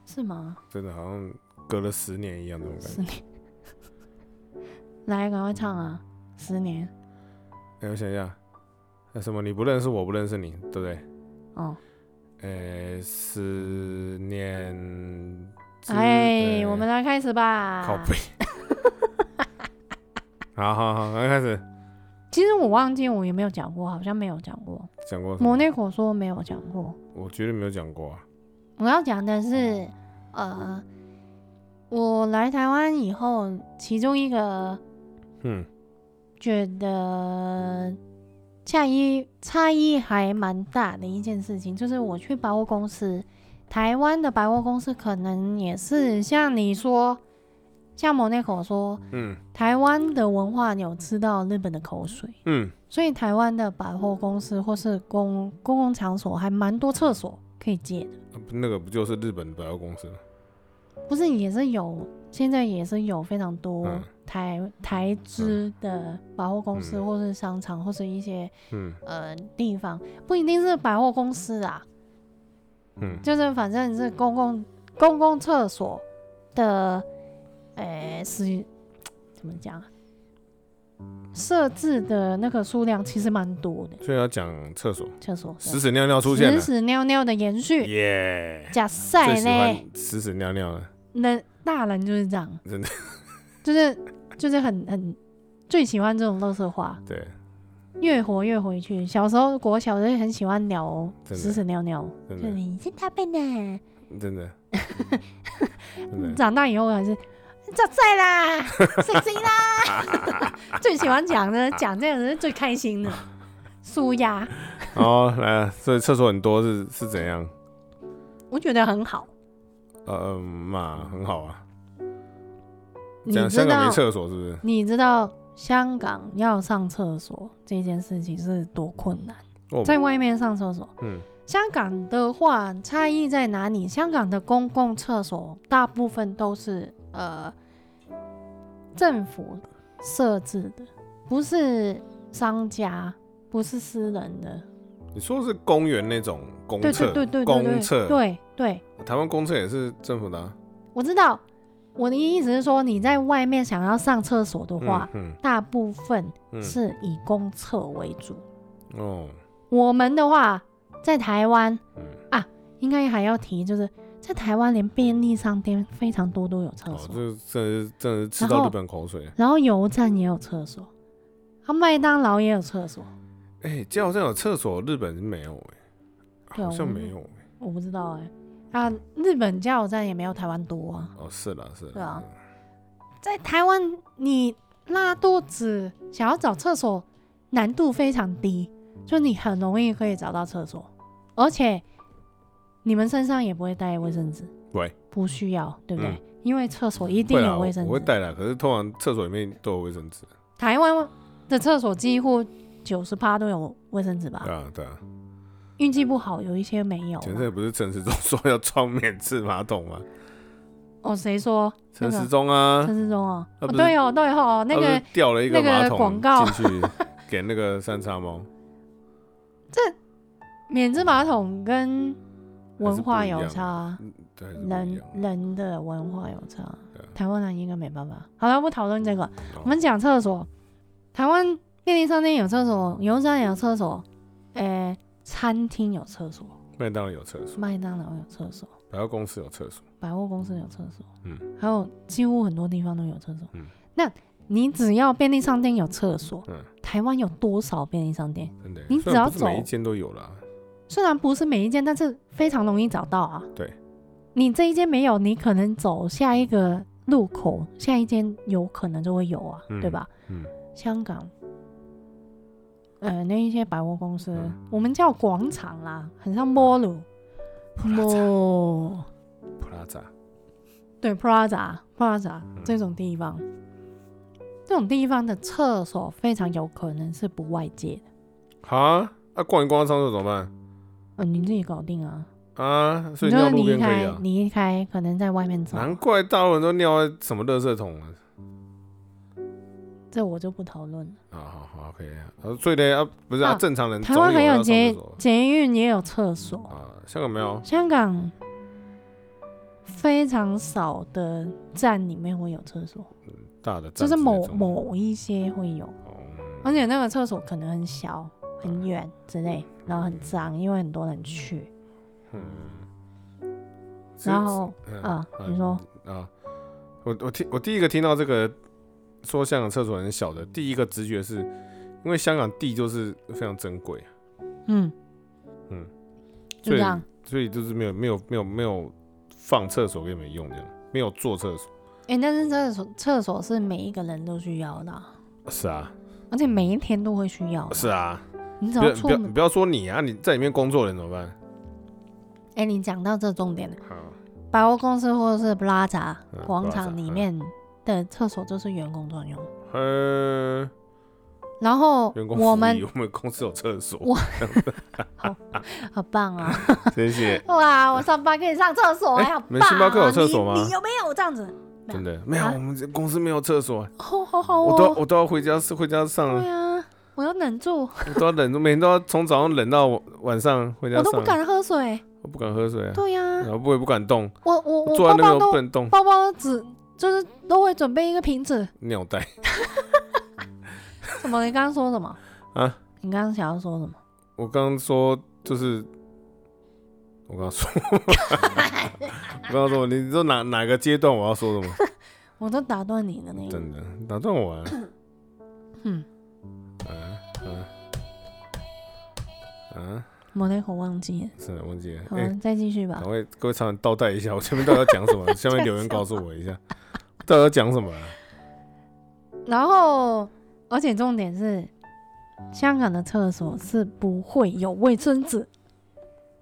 S1: 是吗？
S2: 真的好像隔了十年一样那种感
S1: 十年，
S2: 觉。
S1: 来，赶快唱啊！十年，
S2: 哎，我想一下，那什么你不认识我不认识你，对不对？
S1: 哦，
S2: 呃，十年之，
S1: 哎，
S2: 呃
S1: 我们来 开始吧。
S2: 靠背。好好好，那开始。
S1: 其实我忘记我有没有讲过，好像没有讲过。
S2: 讲过什
S1: 摩
S2: 么？
S1: 内口说没有讲过，
S2: 我绝对没有讲过啊。
S1: 我要讲的是，
S2: 嗯
S1: 呃，我来台湾以后，其中一个
S2: 嗯，
S1: 觉得差异差异还蛮大的一件事情，就是我去百货公司，台湾的百货公司可能也是像你说，像某内口说，
S2: 嗯
S1: 台湾的文化有吃到日本的口水，
S2: 嗯，
S1: 所以台湾的百货公司或是公公共场所还蛮多厕所可以借的，
S2: 那个不就是日本的百货公司吗？
S1: 不是也是有，现在也是有非常多
S2: 嗯
S1: 台、台资的百货公司
S2: 嗯
S1: 或是商场或是一些。
S2: 嗯
S1: 呃地方，不一定是百货公司啊，
S2: 嗯
S1: 就是反正是公共公共厕所的，呃，是怎么讲啊？设置的那个数量其实蛮多的，
S2: 所以要讲厕所，
S1: 厕所
S2: 屎屎尿尿出现了
S1: 屎，屎尿尿的延续，
S2: 耶！
S1: 假赛
S2: 最喜
S1: 呢，
S2: 欢屎屎尿尿了，
S1: 人大人就是这样，
S2: 真的，
S1: 就是就是很很最喜欢这种乐色话，
S2: 对，
S1: 越活越回去。小时候国小就很喜欢聊
S2: 真的
S1: 屎屎尿尿，就是
S2: 真的
S1: 你是大笨蛋。
S2: 真的，真的，
S1: 长大以后还是这在 啦，谁谁啦， 最喜欢讲 呢，讲这样子是最开心的，舒压，
S2: 哦，来了，所以厕所很多是是怎样？
S1: 我觉得很好。
S2: 呃嗯嘛，很好啊。
S1: 你
S2: 这样
S1: 知
S2: 香港
S1: 道
S2: 没，厕所是不是？
S1: 你知道香港要上厕所这件事情是多困难，
S2: 哦，
S1: 在外面上厕所。
S2: 嗯
S1: 香港的话，差异在哪里？香港的公共厕所大部分都是呃政府设置的，不是商家，不是私人的。
S2: 你说是公园那种公
S1: 对
S2: 厕
S1: 对，对对对
S2: 公
S1: 对
S2: 厕
S1: 对对，
S2: 台湾公厕也是政府的、啊。
S1: 我知道。我的意思是说，你在外面想要上厕所的话，
S2: 嗯
S1: 大部分
S2: 嗯嗯
S1: 是以公厕为主。
S2: 哦，
S1: 我们的话，在台湾啊
S2: 嗯
S1: 应该还要提，就是在台湾连便利商店非常多都有厕
S2: 哦，
S1: 所，
S2: 这真的是真的是吃
S1: 然
S2: 到
S1: 后
S2: 日本口水。
S1: 然后油站也有厕所，啊，麦当劳也有厕所，
S2: 哎、这好像有厕所，日本是没有哎、
S1: 对啊
S2: 好像
S1: 我
S2: 没有哎、
S1: 我不知道哎、啊，日本加油站也没有台湾多啊。
S2: 哦，是啦是啦。
S1: 对啊在台湾，你拉肚子想要找厕所难度非常低，就你很容易可以找到厕所，而且你们身上也不会带卫生纸，
S2: 不会，
S1: 不需要，对不对？
S2: 嗯
S1: 因为厕所一定
S2: 会啦，
S1: 有
S2: 我
S1: 卫生
S2: 我会
S1: 纸。
S2: 带啦，可是通常厕所里面都有卫生纸。
S1: 台湾的厕所几乎九十趴都有卫生纸吧
S2: 对，啊对啊，
S1: 运气不好有一些没有啊。
S2: 前阵子不是陈时中说要装免治马桶吗？
S1: 哦，谁说？
S2: 陈时中啊，
S1: 陈世忠哦，
S2: 他
S1: 哦
S2: 不是啊
S1: 对哦，对哦，那
S2: 他不
S1: 个
S2: 是掉了一个
S1: 那个
S2: 马
S1: 广
S2: 桶
S1: 告
S2: 进去给那个三叉猫，
S1: 免治马桶跟文化
S2: 还
S1: 有
S2: 是不一样
S1: 差啊。
S2: 对，还是不一
S1: 人嗯
S2: 样哦
S1: 人的文化有差
S2: 对啊，
S1: 台湾人应该没办法。好了，不讨论这个，
S2: 哦
S1: 我们讲厕所。台湾便利商店有厕所，油站有厕所，诶、餐厅有厕所，
S2: 麦当劳有厕所，
S1: 麦当劳有厕所，
S2: 百货公司有厕所，
S1: 百货公司有厕所，
S2: 嗯，
S1: 还有几乎很多地方都有厕所。
S2: 嗯
S1: 那你只要便利商店有厕所，
S2: 嗯
S1: 台湾有多少便利商店？
S2: 真的。
S1: 你只
S2: 虽然
S1: 要
S2: 不是每
S1: 走
S2: 一间都有啦，
S1: 虽然不是每一间，但是非常容易找到啊。
S2: 对，
S1: 你这一间没有，你可能走下一个路口，下一间有可能就会有啊，
S2: 嗯
S1: 对吧？
S2: 嗯，
S1: 香港，呃，那一些百货公司，
S2: 嗯啊
S1: 我们叫广场啦，很像 mall，mall，
S2: 普拉扎，
S1: 对 Prada Prada
S2: 嗯
S1: 这种地方，这种地方的厕所非常有可能是不外借的，
S2: 哈，那、逛一逛上厕所怎么办？
S1: 呃，你自己搞定啊，
S2: 啊，所
S1: 你就
S2: 以尿
S1: 是
S2: 路
S1: 离
S2: 边可以
S1: 开
S2: 啊，。
S1: 你离开可能在外面走，
S2: 难怪大陆人都尿在什么垃圾桶啊！
S1: 这我就不讨论了。
S2: 啊，好好，OK 啊。所以呢，啊，不是啊，
S1: 啊
S2: 正常人
S1: 台湾
S2: 总
S1: 还有
S2: 有要上
S1: 捷
S2: 厕所
S1: 捷运也有厕所，
S2: 啊，香港没有。
S1: 香港非常少的站里面会有厕所，
S2: 嗯大的
S1: 嗯就
S2: 站
S1: 是
S2: 子那
S1: 某
S2: 种
S1: 某啊一些会有，
S2: 哦
S1: 而且那个厕所可能很小、很远之类，然后很脏，因为很多人去。
S2: 嗯，
S1: 然后
S2: 嗯
S1: 啊，
S2: 嗯
S1: 你说
S2: 啊，我我听我第一个听到这个说香港厕所很小的，第一个直觉是因为香港地就是非常珍贵，
S1: 嗯
S2: 嗯，
S1: 就
S2: 所
S1: 这
S2: 以
S1: 样。
S2: 所以就是没有没有没有没有放厕所给你们用这样，没有做厕所。
S1: 哎、但是厕所厕所是每一个人都需要的啊、
S2: 是啊，
S1: 而且每一天都会需要的。
S2: 是啊，
S1: 你只
S2: 不
S1: 要
S2: 要
S1: 出
S2: 不要
S1: 门，
S2: 不要说你啊，你在里面工作的人怎么办？
S1: 哎、你讲到这重点了，
S2: 好，
S1: 百货公司或者是 Plaza
S2: 嗯
S1: 广
S2: Plaza，
S1: 场里
S2: 嗯
S1: 面的厕所就是员工专用。
S2: 呃，
S1: 然后
S2: 员工
S1: 我
S2: 福
S1: 们
S2: 利，我哦们公司有厕所，
S1: 我好棒啊！
S2: 谢谢。
S1: 哇，我上班可以上厕所，
S2: 哎
S1: 还好棒、啊！
S2: 你们星巴克有厕所吗
S1: 你你有没有这样子？没有
S2: 真的没有，
S1: 啊
S2: 我们这公司没有厕所，啊
S1: 好好好
S2: 我都
S1: 哦，
S2: 我都要回家回家上，
S1: 对啊，我要忍住，
S2: 我都要忍，每天都要从早上忍到晚上回家
S1: 我
S2: 上，
S1: 都不，敢喝水。
S2: 我不敢喝水啊，
S1: 对呀、
S2: 然后不也不敢动，
S1: 我我我
S2: 坐
S1: 包
S2: 在那边
S1: 包
S2: 我不
S1: 都
S2: 能动，
S1: 包包纸就是都会准备一个瓶子。
S2: 尿袋。
S1: 什么？你刚刚说什么？
S2: 啊？
S1: 你刚刚想要说什么？
S2: 我刚刚说就是，我刚 刚说，我刚刚说，你说哪哪个阶段我要说什么？
S1: 我都打断你的那个。
S2: 真的打断我啊！
S1: 嗯，
S2: 啊啊啊！
S1: 我那口忘记了。
S2: 是忘记了，
S1: 好、啊
S2: 哎、
S1: 再继续吧
S2: 赶。快各位常人倒带一下，我前面到底要讲 什么？下面留言告诉我
S1: 啊
S2: 一下，到底要讲什么、啊？
S1: 然后，而且重点是，香港的厕所是不会有卫生纸。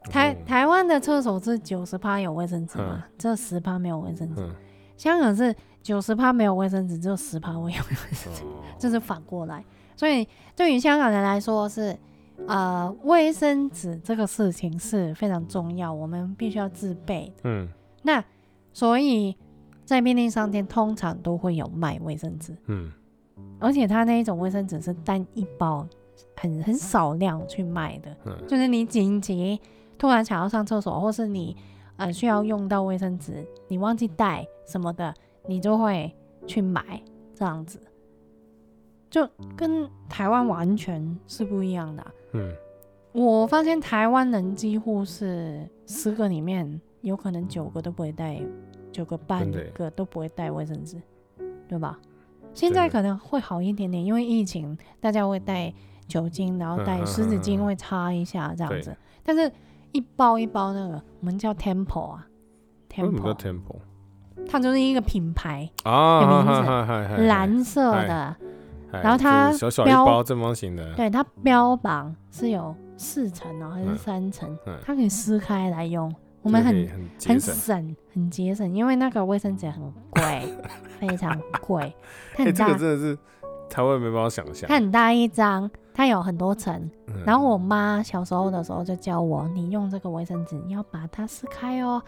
S1: 台
S2: 哦
S1: 台湾的厕所是九十趴有卫生纸嘛，只有十趴没有卫生纸。
S2: 嗯
S1: 香港是九十趴没有卫生纸，只有十趴会有 卫生纸，
S2: 哦
S1: 这是反过来。所以对于香港人来说是，呃，卫生纸这个事情是非常重要，我们必须要自备的。
S2: 嗯
S1: 那所以在便利商店通常都会有卖卫生纸，
S2: 嗯
S1: 而且它那一种卫生纸是单一包，很很少量去卖的。
S2: 嗯
S1: 就是你紧急突然想要上厕所，或是你呃需要用到卫生纸，你忘记带什么的，你就会去买这样子，就跟台湾完全是不一样的啊、
S2: 嗯，
S1: 我发现台湾人几乎是十个里面有可能九个都不会带，九个半
S2: 真的耶
S1: 个都不会带卫生纸，对吧？现在
S2: 真的
S1: 可能会好一点点，因为疫情大家会带酒精，然后带
S2: 嗯
S1: 湿纸
S2: 嗯嗯
S1: 巾
S2: 嗯
S1: 会擦一下这样
S2: 对
S1: 子。但是一包一包那个我们叫 Temple 啊
S2: 为什么叫
S1: ，Temple
S2: temple
S1: 它就是一个品牌，
S2: 啊？
S1: 有名字
S2: 嗨嗨嗨嗨
S1: 蓝色
S2: 嗨
S1: 的，
S2: 嗨
S1: 然后它
S2: 就是小小一
S1: 标
S2: 包正方形的，
S1: 对它标榜是有四层哦还是
S2: 嗯
S1: 三层
S2: 嗯，
S1: 它可以撕开来用。我们
S2: 这个
S1: 很
S2: 可以很节
S1: 很
S2: 省。
S1: 省，很节省，因为那个卫生纸很 贵，非常贵。它
S2: 哎、
S1: 很
S2: 这个
S1: 大，
S2: 真的是台湾没办法想象
S1: 它。很大一张，它有很多层。
S2: 嗯
S1: 然后我妈小时候的时候就教我，你用这个卫生纸，你要把它撕开哦，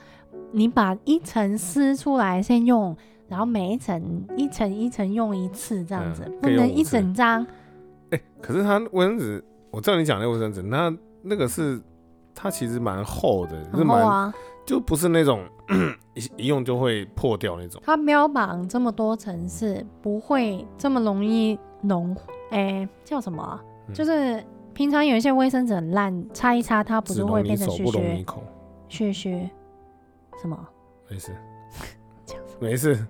S1: 你把一层撕出来先用，然后每一层一层一层用一次，这样
S2: 嗯
S1: 子、不
S2: 可以用
S1: 能
S2: 五
S1: 一
S2: 次
S1: 整张。
S2: 可是它卫生纸，我知道你讲那个卫生纸，那那个是它其实蛮厚的，是
S1: 然后
S2: 蛮、
S1: 啊，
S2: 就不是那种一一用就会破掉那种。
S1: 它标榜这么多层是不会这么容易融，哎、叫什么啊、
S2: 嗯
S1: 就是平常有一些卫生纸很烂，擦一擦它不
S2: 只
S1: 是
S2: 溶
S1: 会
S2: 你
S1: 变成
S2: 手
S1: 血
S2: 不溶你
S1: 血
S2: 口，
S1: 血血什么？
S2: 没事
S1: 讲什，
S2: 没事，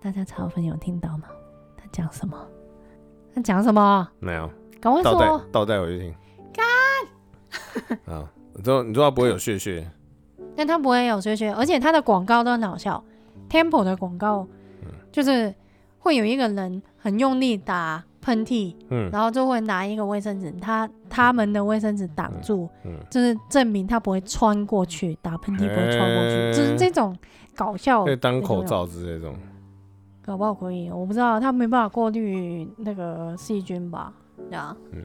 S1: 大家草粉有听到吗？他讲什么？他讲什么？
S2: 没有
S1: 赶快
S2: 倒带
S1: 说！
S2: 倒带回去听。干啊！你知道你知道它不会有血血，
S1: 但他不会有血血，而且他的广告都很好笑。Temple 的广告
S2: 嗯
S1: 就是会有一个人很用力打喷嚏，
S2: 嗯
S1: 然后就会拿一个卫生纸，他他们的卫生纸挡住，
S2: 嗯，
S1: 就是证明他不会穿过去，打喷嚏不会穿过去，
S2: 哎
S1: 就是这种搞笑
S2: 可以当口罩之类的这种。
S1: 搞不好可以，我不知道，他没办法过滤那个细菌吧？对啊，
S2: 嗯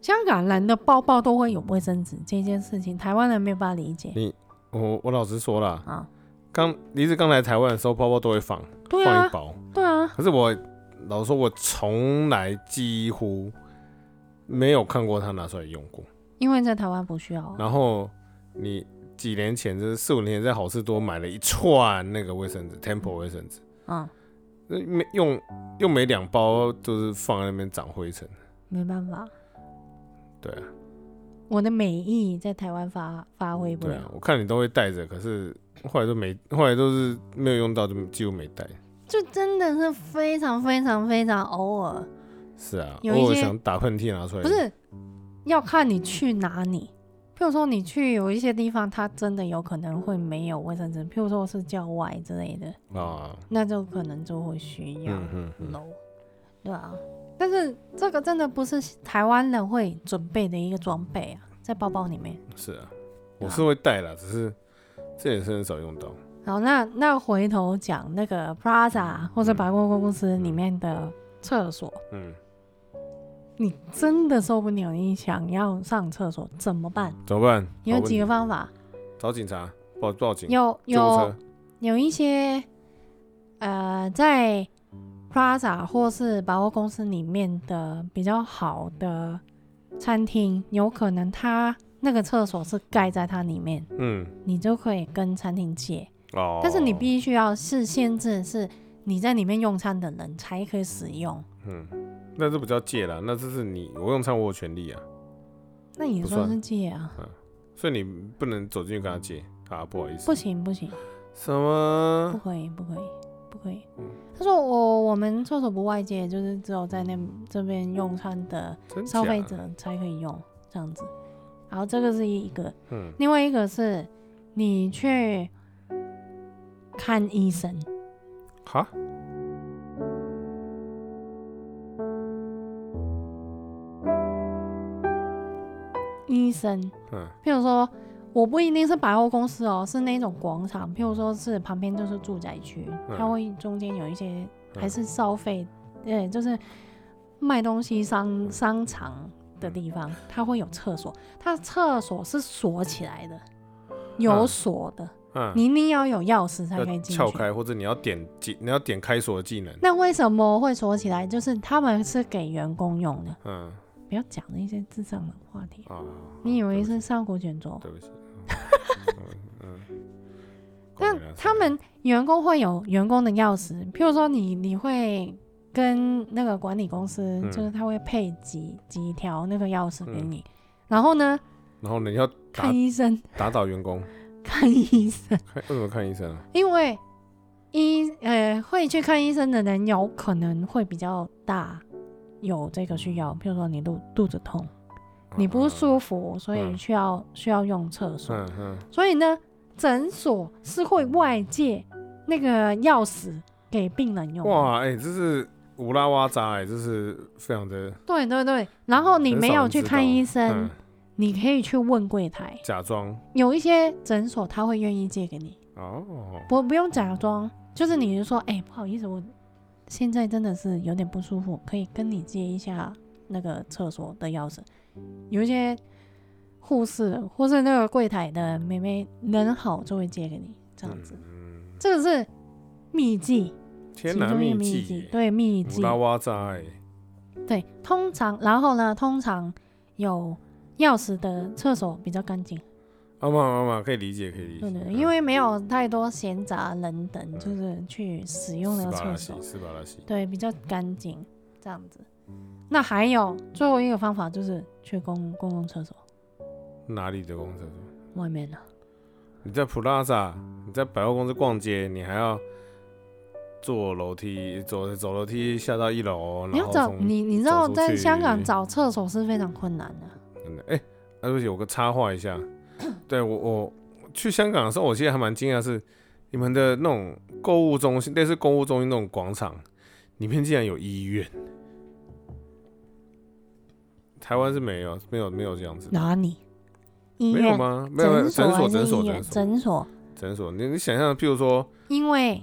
S1: 香港人的包包都会有卫生纸这件事情，台湾人没有办法理解
S2: 你我我老实说啦，
S1: 啊。
S2: 刚离子刚来台湾的时候，包包都会放
S1: 对
S2: 放一
S1: 啊，
S2: 包，
S1: 对啊，
S2: 可是我老实说，我从来几乎没有看过他拿出来用过。
S1: 因为在台湾不需要啊、
S2: 然后你几年前，就是四五年前，在好事多买了一串那个卫生纸，Temple 卫生纸，
S1: 嗯，
S2: 那没用用没两包，就是放在那边长灰尘。
S1: 没办法，
S2: 对啊，
S1: 我的美意在台湾发发挥不
S2: 对
S1: 了。
S2: 啊，我看你都会带着，可是后来都没，后来都是没有用到，就几乎没带。
S1: 就真的是非常非常非常偶尔，
S2: 是啊，
S1: 有一
S2: 偶尔
S1: 些
S2: 想打喷嚏拿出来，
S1: 不是要看你去哪里。譬如说你去有一些地方，它真的有可能会没有卫生纸，譬如说是郊外之类的，
S2: 啊，
S1: 那就可能就会需要
S2: 嗯嗯嗯
S1: low，、对啊。但是这个真的不是台湾人会准备的一个装备啊，在包包里面。
S2: 是啊，我是会带啦，只是这也是很少用到。
S1: 好，那那回头讲那个 Prada 或者百货公司里面的厕所，
S2: 嗯，
S1: 你真的受不了，你想要上厕所怎么办？
S2: 怎么办？
S1: 有
S2: 好问
S1: 几个
S2: 题
S1: 方法，
S2: 找警察报报警，
S1: 有
S2: 救护
S1: 有
S2: 车
S1: 有一些呃，在 Plaza 或是百货公司里面的比较好的餐厅，有可能它那个厕所是盖在它里面，
S2: 嗯
S1: 你就可以跟餐厅借，
S2: 哦，
S1: 但是你必须要是限制是你在里面用餐的人才可以使用。
S2: 嗯，那这不叫借啦，那这是你我用餐我有权利啊，
S1: 那也
S2: 不
S1: 算
S2: 算
S1: 是借啊？
S2: 所以你不能走进去跟他借啊，不好意思，
S1: 不行不行，
S2: 什
S1: 不
S2: 么
S1: 可以不可以不可以
S2: 嗯。
S1: 他说我我们厕所不外借，就是只有在那这边用餐的
S2: 真
S1: 消费
S2: 假
S1: 者才可以用这样子。然后这个是一个，
S2: 嗯
S1: 另外一个是你去看医生，
S2: 哈
S1: 医生，
S2: 嗯
S1: 譬如说我不一定是百货公司哦，是那种广场，譬如说是旁边就是住宅区，
S2: 嗯
S1: 它会中间有一些
S2: 嗯
S1: 还是消费，呃，就是卖东西商商场的地方，
S2: 嗯
S1: 它会有厕所，它厕所是锁起来的，有
S2: 嗯
S1: 锁的。
S2: 嗯，
S1: 你一定要有钥匙才
S2: 要
S1: 可以进
S2: 撬
S1: 去。
S2: 开或者你要点技你要点开锁的技能，
S1: 那为什么会锁起来？就是他们是给员工用的。
S2: 嗯
S1: 不要讲那些智障的话题。
S2: 啊，
S1: 你以为
S2: 对不起
S1: 是上古卷轴？
S2: 对不起，嗯嗯，
S1: 但
S2: 管你啦
S1: 他们员工会有员工的钥匙，譬如说你你会跟那个管理公司，
S2: 嗯
S1: 就是他会配几几条那个钥匙给
S2: 嗯
S1: 你，然后呢
S2: 然后呢你要打
S1: 看医生，
S2: 打倒员工，
S1: 看医生，
S2: 看为什么看医生啊？
S1: 因为医呃会去看医生的人有可能会比较大有这个需要，譬如说你肚肚子痛，你不舒服，所以
S2: 嗯
S1: 需要、需要用厕所。
S2: 嗯嗯
S1: 所以呢，诊所是会外借那个钥匙给病人用
S2: 嗯，
S1: 的。
S2: 哇，哎，这是乌拉哇扎，哎，这是非常的，
S1: 对对对，然后你
S2: 很
S1: 没
S2: 少
S1: 有
S2: 人
S1: 去
S2: 知
S1: 看
S2: 道
S1: 医生，
S2: 嗯，
S1: 你可以去问柜台，
S2: 假装
S1: 有一些诊所他会愿意借给你，
S2: 哦，
S1: 不不用假装，就是你就说，哎、不好意思，我现在真的是有点不舒服，可以跟你借一下那个厕所的钥匙。有一些护士或是那个柜台的妹妹人好就会借给你，这样子，
S2: 嗯，
S1: 这个是秘籍，
S2: 天
S1: 其
S2: 南
S1: 中一个
S2: 技
S1: 籍，
S2: 耶，
S1: 对秘籍
S2: 乌，拉哇扎，哎，
S1: 对，通常然后呢，通常有钥匙的厕所比较干净，
S2: 阿妈阿妈可以理解，可以理解，
S1: 对对，对
S2: 嗯
S1: 因为没有太多闲杂人等，就是去使用那
S2: 斯
S1: 个
S2: 巴拉
S1: 厕
S2: 西
S1: 所，，
S2: 斯巴拉西，
S1: 对，比较干净这样子。那还有最后一个方法就是去公公共厕所
S2: 哪里的公厕所？
S1: 外面啊了，
S2: 你在普拉萨，你在百货公司逛街，你还要坐楼梯，走走楼梯下到一楼，
S1: 你
S2: 然
S1: 要
S2: 后
S1: 找
S2: 从
S1: 你你知道
S2: 嗯走出
S1: 在香港
S2: 去
S1: 找厕所是非常困难的，
S2: 真的，哎、啊对不起，我个插话一下，对我我去香港的时候，我其实还蛮惊讶，是你们的那种购物中心，类似购物中心那种广场里面竟然有医院，台湾是没有，没有没有这样子的，
S1: 哪里？医
S2: 没有
S1: 院、
S2: 吗？没有没有
S1: 诊所
S2: 诊所
S1: 还是
S2: 诊所
S1: 医
S2: 诊
S1: 院？
S2: 所
S1: 诊所。
S2: 诊所，你你想象，譬如说，
S1: 因为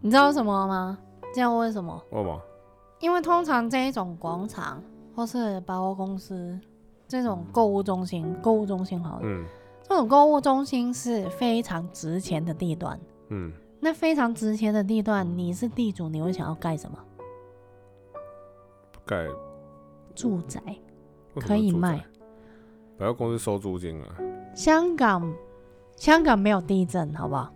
S1: 你知道什么吗？这样为什么？
S2: 哦嘛，
S1: 因为通常这一种广场或是百货公司这种购物中心，购物中心好了，
S2: 嗯
S1: 这种购物中心是非常值钱的地段。
S2: 嗯，
S1: 那非常值钱的地段，你是地主，你会想要盖什么？
S2: 盖
S1: 住宅。
S2: 为什么
S1: 可以
S2: 住宅
S1: 卖，
S2: 百货公司收租金啊，
S1: 香港，香港没有地震，好不好？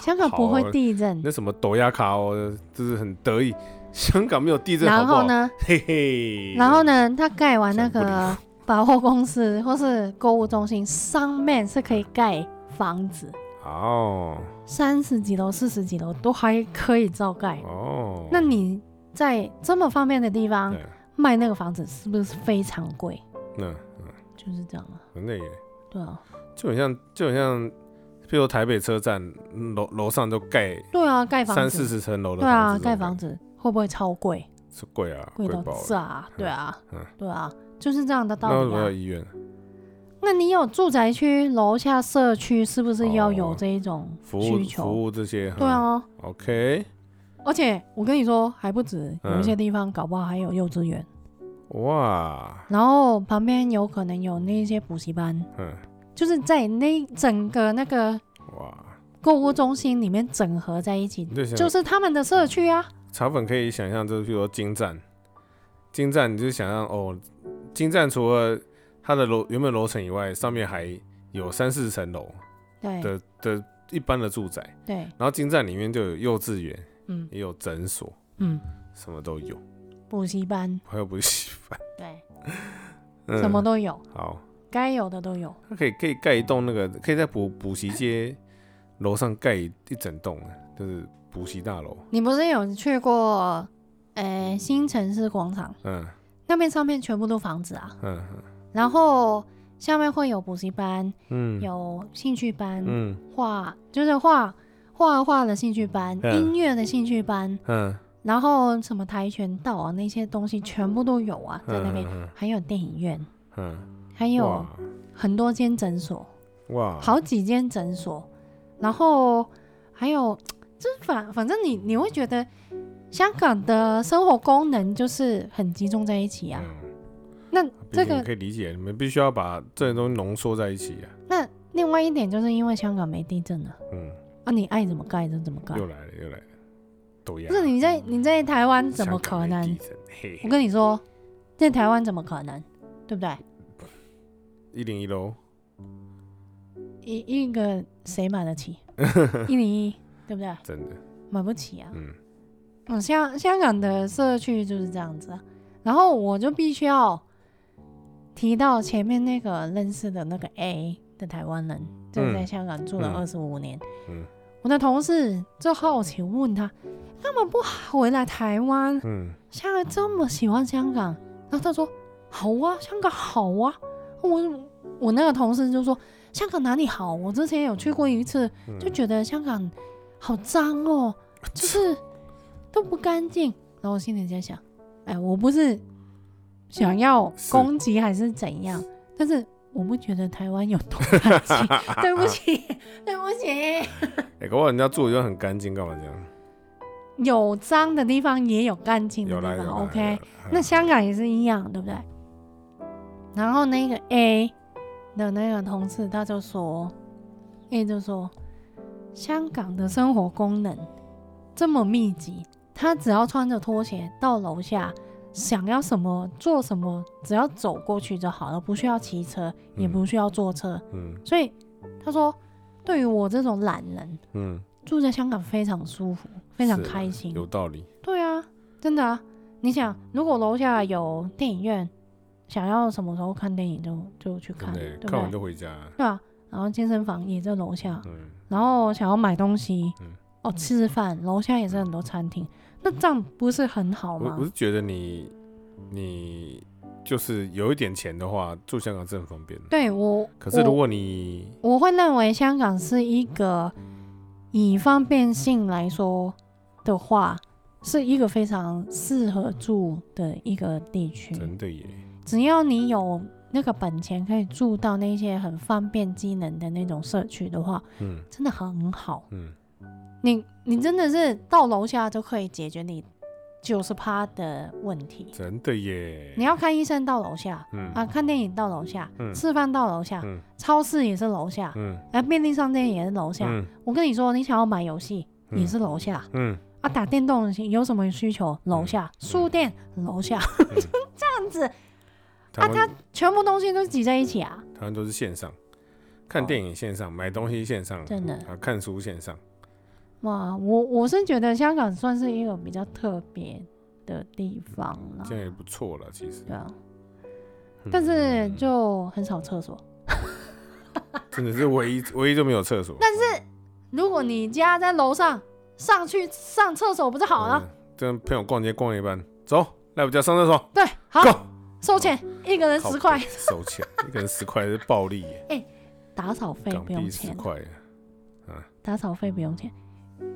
S1: 香港不
S2: 好啊
S1: 会地震。
S2: 那什么抖亚卡哦，就是很得意。香港没有地震，
S1: 然
S2: 好
S1: 后
S2: 不好？
S1: 呢？
S2: 嘿嘿。
S1: 然后？呢？他盖完那
S2: 想不理
S1: 个百货公司或是购物中心，上面是可以盖房子。
S2: 哦
S1: 三十几楼、四十几楼都还可以照盖。
S2: 哦，
S1: 那你在这么方便的地方
S2: 对，
S1: 卖那个房子，是不是非常贵？
S2: 那
S1: 就是这样啊，
S2: 很累耶，
S1: 对啊，
S2: 就很像就很像，譬如台北车站楼楼上都盖
S1: 对啊，盖房
S2: 三四
S1: 子，
S2: 十层楼的
S1: 对啊，
S2: 房子，
S1: 盖房子会不会超贵？
S2: 是贵啊，
S1: 贵到
S2: 爆了。
S1: 炸，对啊
S2: 嗯，
S1: 对啊，就是这样的道
S2: 那为什
S1: 理
S2: 么要
S1: 啊。
S2: 医院？
S1: 那你有住宅区楼下社区，是不是要有
S2: 哦
S1: 这一种
S2: 服务
S1: 需求？
S2: 服务这些，
S1: 对
S2: 嗯
S1: 啊，
S2: ，OK，
S1: 而且我跟你说，还不止，
S2: 嗯
S1: 有一些地方搞不好还有幼稚园，
S2: 哇，
S1: 然后旁边有可能有那些补习班，
S2: 嗯，
S1: 就是在那整个那个
S2: 哇，
S1: 购物中心里面整合在一起，
S2: 你就想
S1: 就是他们的社区啊。
S2: 茶粉可以想象，就是譬如说金站，金站你就想象哦，金站除了它的楼原本楼层以外，上面还有三四层楼
S1: 对
S2: 的的一般的住宅，
S1: 对，
S2: 然后金站里面就有幼稚园，
S1: 嗯
S2: 也有诊所，
S1: 嗯，
S2: 什么都有，
S1: 补习班，
S2: 还有补习班，
S1: 对，
S2: 嗯
S1: 什么都有，
S2: 好，
S1: 该有的都有。
S2: 它可以可以盖一栋那个，可以在补补习街楼上盖一一整栋，就是补习大楼，
S1: 你不是有去过，呃，新城市广场
S2: 嗯
S1: 那边上面全部都房子啊，
S2: 嗯
S1: 然后下面会有补习班，
S2: 嗯
S1: 有兴趣班，
S2: 嗯
S1: 画就是画画画的兴趣班、
S2: 嗯
S1: 音乐的兴趣班，
S2: 嗯，
S1: 然后什么跆拳道啊那些东西全部都有啊，在那边、
S2: 嗯
S1: 还有电影院，
S2: 嗯，
S1: 还有很多间诊所，
S2: 哇，
S1: 好几间诊所，然后还有就是反反正你你会觉得香港的生活功能就是很集中在一起啊。
S2: 嗯，
S1: 那
S2: 毕
S1: 这
S2: 竟
S1: 个
S2: 可以理解，你们必须要把这些东西浓缩在一起啊。
S1: 那另外一点就是因为香港没地震了
S2: 嗯，
S1: 啊，你爱怎么盖就怎么盖。
S2: 又来了，又来了，抖音
S1: 啊
S2: 啊
S1: 不是你在你在台湾怎么可能？我跟你说，在台湾怎么可能，对不对？
S2: 一零一楼，
S1: 一一个谁买得 起？一零一，对不对？
S2: 真的，
S1: 买不起啊。
S2: 嗯
S1: 嗯，香香港的社区就是这样子啊。然后我就必须要提到前面那个认识的那个 A 的台湾人，就是在香港住了
S2: 嗯
S1: 二十五年。
S2: 嗯
S1: 我的同事就好奇问他，干嘛不回来台湾？
S2: 嗯，
S1: 香港这么喜欢香港，然后他说好啊，香港好啊。我我那个同事就说香港哪里好？我之前有去过一次，
S2: 嗯
S1: 就觉得香港好脏哦，就是都不干净。然后我心里在想，哎，我不是想要
S2: 是
S1: 攻击还是怎样，但是我不觉得台湾有多干净。 对不起，对不起，
S2: 哎，搞不好人家住的就很干净，干嘛这样？
S1: 有脏的地方也有干净的
S2: 有来
S1: 地
S2: 有
S1: 方
S2: 来
S1: ，OK。
S2: 有来
S1: 那香港也是一样，对不对？然后那个 A 的那个同事他就说，A 就说，香港的生活功能这么密集，他只要穿着拖鞋到楼下，想要什么做什么，只要走过去就好了，不需要骑车，也
S2: 嗯
S1: 不需要坐车。
S2: 嗯
S1: 所以他说，对于我这种懒人，
S2: 嗯，
S1: 住在香港非常舒服，非常
S2: 是啊
S1: 开心。
S2: 有道理，
S1: 对啊，真的啊！你想，如果楼下有电影院，想要什么时候看电影就就去
S2: 真
S1: 看，对
S2: 的，
S1: 不
S2: 看完
S1: 对？
S2: 就回家。
S1: 对啊，然后健身房也在楼下，
S2: 嗯，
S1: 然后想要买东西，
S2: 嗯
S1: 哦，吃饭，楼下也是很多餐厅，那这样不是很好
S2: 我
S1: 吗
S2: 我？是觉得你你就是有一点钱的话，住香港是很方便的。
S1: 对我，
S2: 可是如
S1: 我
S2: 果你
S1: 我会认为香港是一个以方便性来说的话，是一个非常适合住的一个地区。
S2: 真的耶，
S1: 只要你有那个本钱，可以住到那些很方便机能的那种社区的话，
S2: 嗯
S1: 真的很好。
S2: 嗯，
S1: 你你真的是到楼下就可以解决你九十趴的问题。
S2: 真的耶。
S1: 你要看医生到楼下
S2: 嗯
S1: 啊，看电影到楼下，
S2: 嗯
S1: 吃饭到楼下，
S2: 嗯
S1: 超市也是楼下，
S2: 嗯
S1: 啊，便利商店也是楼下。
S2: 嗯
S1: 我跟你说，你想要买游戏
S2: 嗯
S1: 也是楼下、
S2: 嗯，
S1: 啊，打电动有什么需求楼下，书店楼下，
S2: 嗯
S1: 这样子啊
S2: 台湾
S1: 全部东西都挤在一起啊。
S2: 台湾都是线上，看电影线上，买东西线上，
S1: 哦真的哦
S2: 啊，看书线上，
S1: 哇，我我是觉得香港算是一个比较特别的地方啦，
S2: 这样也不错了，其实。
S1: 对啊，
S2: 嗯
S1: 但是就很少厕所。
S2: 真的是唯一 唯一就没有厕所，
S1: 如果你家在楼上，上去上厕所不就好了？
S2: 嗯跟朋友逛街逛一半，走，来我家上厕所，
S1: 对，
S2: Go
S1: 好，收钱，一个人
S2: 靠
S1: 十
S2: 北
S1: 块，
S2: 收钱，一个人十块是暴利 耶，
S1: 打扫费
S2: 港
S1: 不用
S2: 币十
S1: 钱，
S2: 块耶，
S1: 打扫费不用钱。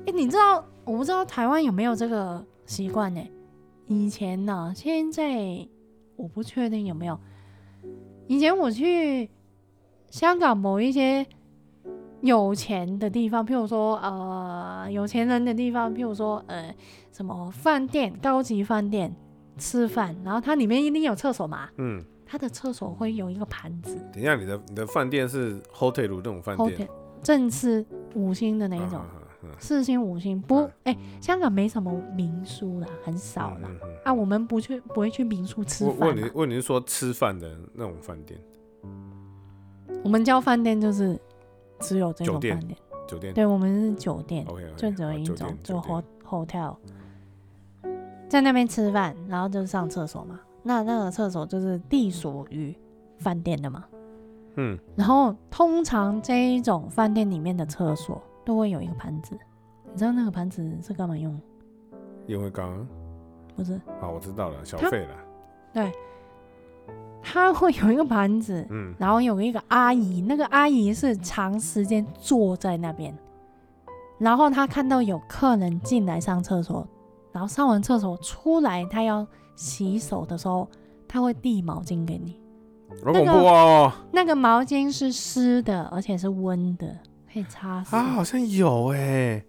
S1: 哎、你知道我不知道台湾有没有这个习惯呢？以前呢、现在我不确定有没有。以前我去香港某一些有钱的地方，譬如说呃有钱人的地方，譬如说呃什么饭店、高级饭店吃饭，然后它里面一定有厕所嘛，
S2: 嗯，
S1: 它的厕所会有一个盘子，
S2: 等一下你的你的饭店是 hotel 那种饭
S1: hotel
S2: 店，
S1: 正是五星的那一种
S2: 啊，，啊啊啊
S1: 四星五星不
S2: 嗯，
S1: 哎、香港没什么民宿啦，很少啦。
S2: 嗯嗯嗯
S1: 啊，我们不去不会去民宿吃
S2: 我问
S1: 饭啊
S2: 你
S1: 嘛，
S2: 问你是说吃饭的那种饭店
S1: 我们叫饭店就是只有这种
S2: 酒
S1: 饭
S2: 店
S1: 店，
S2: 酒店
S1: 对我们是酒店，
S2: ？OK，, o k
S1: 就只有一
S2: 酒
S1: 种
S2: 店，
S1: 就
S2: 酒店
S1: hot hotel，在那边吃饭，然后就上厕所嘛。那那个厕所就是隶属于饭店的嘛。
S2: 嗯，
S1: 然后通常这一种饭店里面的厕所都会有一个盘子，你知道那个盘子是干嘛用的？
S2: 因为刚
S1: 不是，
S2: 好，我知道了，小
S1: 他
S2: 费了，
S1: 它会有一个盘子，
S2: 嗯，
S1: 然后有一个阿姨，那个阿姨是长时间坐在那边，然后她看到有客人进来上厕所，然后上完厕所出来，她要洗手的时候，她会递毛巾给你，
S2: 好恐怖哦，
S1: 那个毛巾是湿的，而且是温的，可以擦手，
S2: 啊，好像有哎、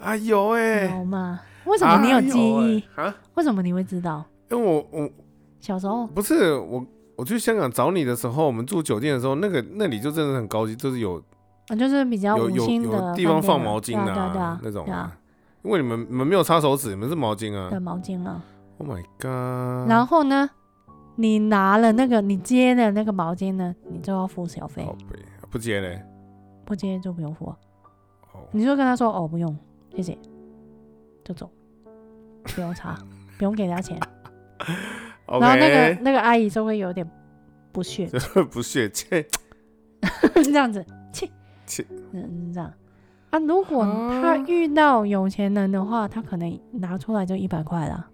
S2: 啊有哎、
S1: 有吗？为什么你有记忆？
S2: 啊有欸啊？
S1: 为什么你会知道？
S2: 因为我我
S1: 小时候
S2: 不是我我去香港找你的时候，我们住酒店的时候，那个那里就真的很高级，就是有
S1: 我就是比较
S2: 有
S1: 无
S2: 有
S1: 心的
S2: 有
S1: 饭
S2: 地
S1: 店
S2: 方
S1: 嘛
S2: 放毛巾
S1: 对啊对啊
S2: 那种
S1: 对啊，
S2: 因为你们你们没有擦手指，你们是毛巾啊
S1: 对。毛巾啊。
S2: Oh my god！
S1: 然后呢，你拿了那个你接的那个毛巾呢，你就要付小费
S2: 好，呗，不接嘞。
S1: 不接就不用付。
S2: 哦，
S1: 你就跟他说哦，不用，谢谢，就走，不用 查，不用给他钱。
S2: o
S1: 然后那个那个阿姨就会有点不屑，
S2: 个 不屑切，
S1: 这样子，切
S2: 切，
S1: 嗯，这样。啊，如果他
S2: 啊
S1: 遇到有钱人的话，他可能拿出来就一百块啦。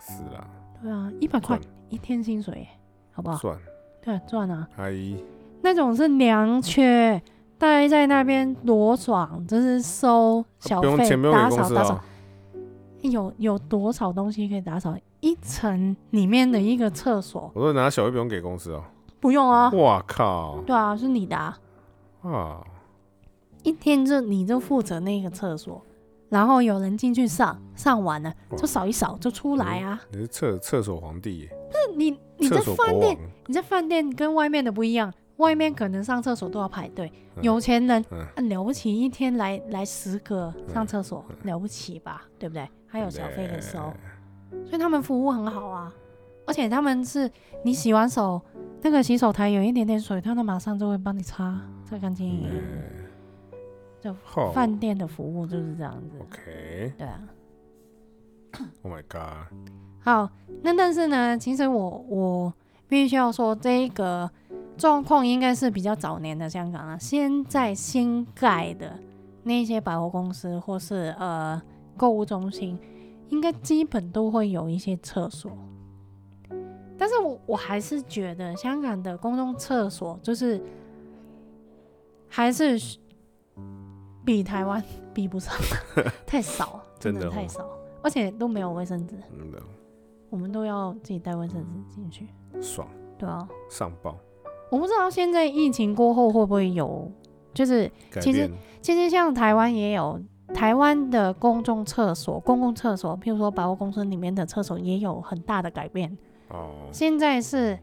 S2: 是啦，
S1: 对啊，一百块
S2: 赚
S1: 一天薪水耶，好不好？
S2: 算
S1: 对啊，赚啊。
S2: 阿姨，
S1: 那种是良缺，待在那边多爽，就是收小
S2: 嗯不用
S1: 费
S2: 钱，不用给
S1: 打
S2: 公
S1: 扫
S2: 司
S1: 打扫
S2: 啊，。
S1: 有有多少东西可以打扫？一层里面的一个厕所
S2: 我说拿小费不用给公司哦。
S1: 不用啊，
S2: 哇靠
S1: 对啊，是你的、啊，
S2: 啊！
S1: 一天就你就负责那个厕所，然后有人进去上，上完了
S2: 哇
S1: 就扫一扫就出来啊。
S2: 你是厕厕所皇帝耶，
S1: 那你你
S2: 嗯厕
S1: 在
S2: 所国
S1: 饭店
S2: 王，
S1: 你在饭店跟外面的不一样，外面可能上厕所都要排队，
S2: 嗯
S1: 有钱人、
S2: 嗯
S1: 啊了不起，一天来来十个
S2: 嗯
S1: 上厕所、了不起吧，对不对？还有小费的时候
S2: 对，
S1: 所以他们服务很好啊，而且他们是你洗完手，那个洗手台有一点点水，他们马上就会帮你擦擦干净。
S2: 嗯
S1: 就
S2: 好
S1: 饭店的服务就是这样
S2: 哦
S1: 子，
S2: OK，Oh
S1: 对啊。
S2: my god，
S1: 好，那但是呢，其实我我必须要说，这个状况应该是比较早年的香港啊。现在新盖的那些百货公司或是呃购物中心，应该基本都会有一些厕所。但是我我还是觉得香港的公众厕所就是还是比台湾比不上，太少，真
S2: 真
S1: 的
S2: 的哦
S1: 太少，而且都没有卫生纸。
S2: 嗯的
S1: 我们都要自己带卫生纸进去。
S2: 爽
S1: 对啊，
S2: 上报，
S1: 我不知道现在疫情过后会不会有，就是
S2: 改
S1: 其实
S2: 变
S1: 其实像台湾也有台湾的公众厕所、公共厕所，譬如说百货公司里面的厕所也有很大的改变。
S2: 哦，
S1: 现在是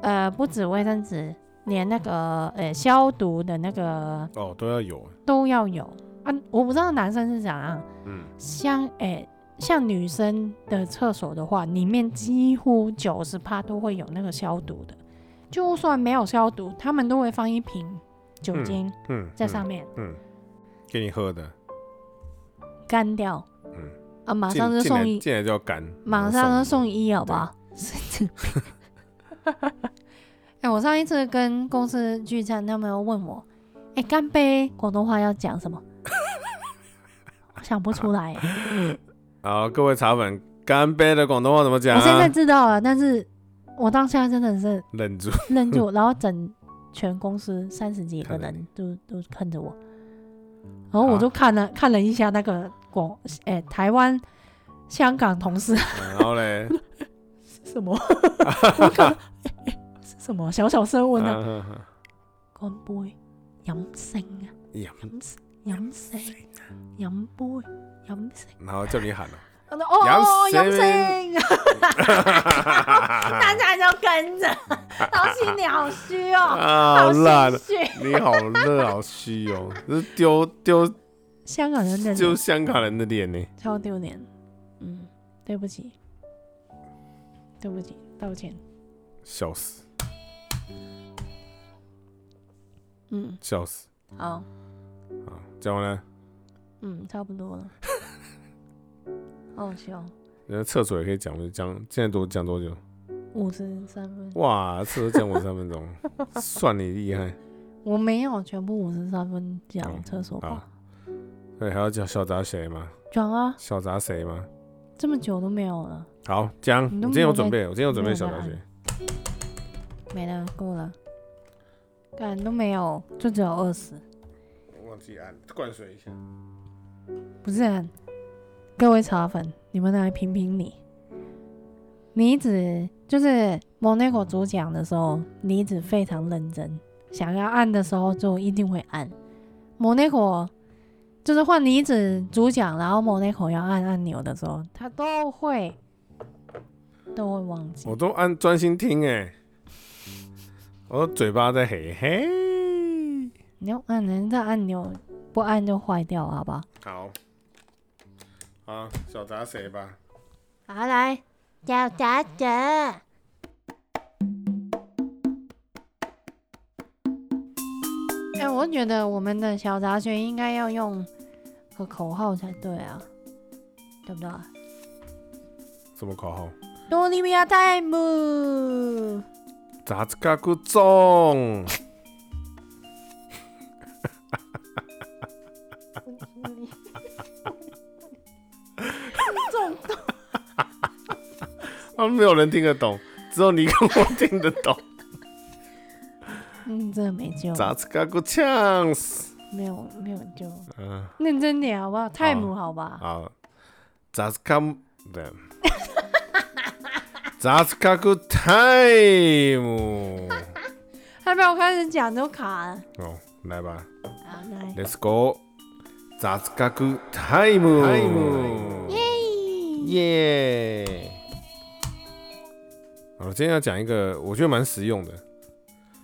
S1: 呃，不止卫生纸，连那个呃消毒的那个
S2: 哦都要有，
S1: 都要有啊。我不知道男生是怎样，
S2: 嗯，
S1: 像诶、像女生的厕所的话，里面几乎九十趴都会有那个消毒的，就算没有消毒，他们都会放一瓶酒精
S2: 嗯，
S1: 在
S2: 嗯
S1: 上，面、
S2: 嗯，给你喝的，
S1: 干掉，
S2: 嗯，
S1: 啊，马
S2: 进
S1: 上就
S2: 进来
S1: 送医，
S2: 进来就要干，
S1: 马
S2: 然
S1: 上
S2: 后
S1: 就送医，好不好？神经病！哎、我上一次跟公司聚餐，他们又问我，哎、干 杯，广东话要讲什么？我想不出来、欸
S2: 你好，各位茶粉，干杯的广东话怎么讲、
S1: 我现在
S2: 啊？
S1: 知道了，但是我当下真的是
S2: 忍住，
S1: 愣住，然后整全公司三十几个
S2: 看着你
S1: 人都都看着我，然后我
S2: 啊
S1: 就看了看了一下那个广哎、台湾香港同事
S2: 然后嘞，
S1: 是 什么， 我看、哎哎是什么小小声问他、
S2: 啊啊
S1: 干杯，饮性啊，
S2: 饮
S1: 饮饮性，饮啊杯，饮性，
S2: 然后叫你喊了，
S1: 哦哦
S2: 飲
S1: 饮
S2: 性
S1: 性， 大家就跟着，然后心里好虚哦，
S2: 啊，好
S1: 好
S2: 烂
S1: 心
S2: 啊，
S1: 虚。
S2: 你好热，好虚哦，这是丢 丢
S1: 香港人的
S2: 丢
S1: 脸
S2: 香港人的脸呢。
S1: 超丢脸，嗯，对不起，对不起，道歉，
S2: 笑死，
S1: 嗯，
S2: 笑死
S1: 好，
S2: 啊！讲完了，
S1: 嗯，差不多了， 好笑，
S2: 人家厕所也可以讲，我就讲现在多讲多久？
S1: 五十三分，
S2: 哇，厕所讲我三分 钟，算你厉害。
S1: 我没有全部五十三分讲
S2: 嗯
S1: 厕所吧
S2: 好，对，哎还要讲小杂谁吗？
S1: 讲啊，
S2: 小杂谁吗？
S1: 这么久都没有了，
S2: 好，讲，我
S1: 你都
S2: 今天有
S1: 没有
S2: 准
S1: 在
S2: 备，我今天有准
S1: 没
S2: 备
S1: 有
S2: 小
S1: 在
S2: 杂
S1: 按
S2: 谁。
S1: 没了，够了，干都没有，就只有二十，
S2: 忘记按灌水一下。
S1: 不是、啊，各位茶粉，你们来评评理。你只就是蒙内果主讲的时候，你只非常认真，想要按的时候就一定会按。蒙内果就是换你只主讲，然后蒙内果要按按钮的时候，他都会都会忘记
S2: 我。都按专心听哎、我嘴巴在嘿嘿。
S1: 你要按人家按钮，不按就坏掉，好吧？
S2: 好，好，小杂谁吧？
S1: 好，来，小达者。哎，我觉得我们的小杂学应该要用个口号才对啊，对不对？
S2: 什么口号？
S1: 多利米亚泰姆，
S2: 杂子嘎咕中，
S1: 中毒
S2: 啊，没有人听得懂，只有你跟我听得懂。
S1: 嗯，真的没救，
S2: 杂子嘎咕呛死。
S1: 没有没有救，
S2: 嗯，
S1: 认真点好不好？泰姆好吧？
S2: 好，杂子嘎对。杂子嘎咕 time。
S1: 还没有开始讲就卡了，
S2: 哦，来吧。
S1: 好来，
S2: Let's go！雑学タイム
S3: タイ
S1: 耶，
S2: 耶！好，今天要讲一个我觉得蛮实用的，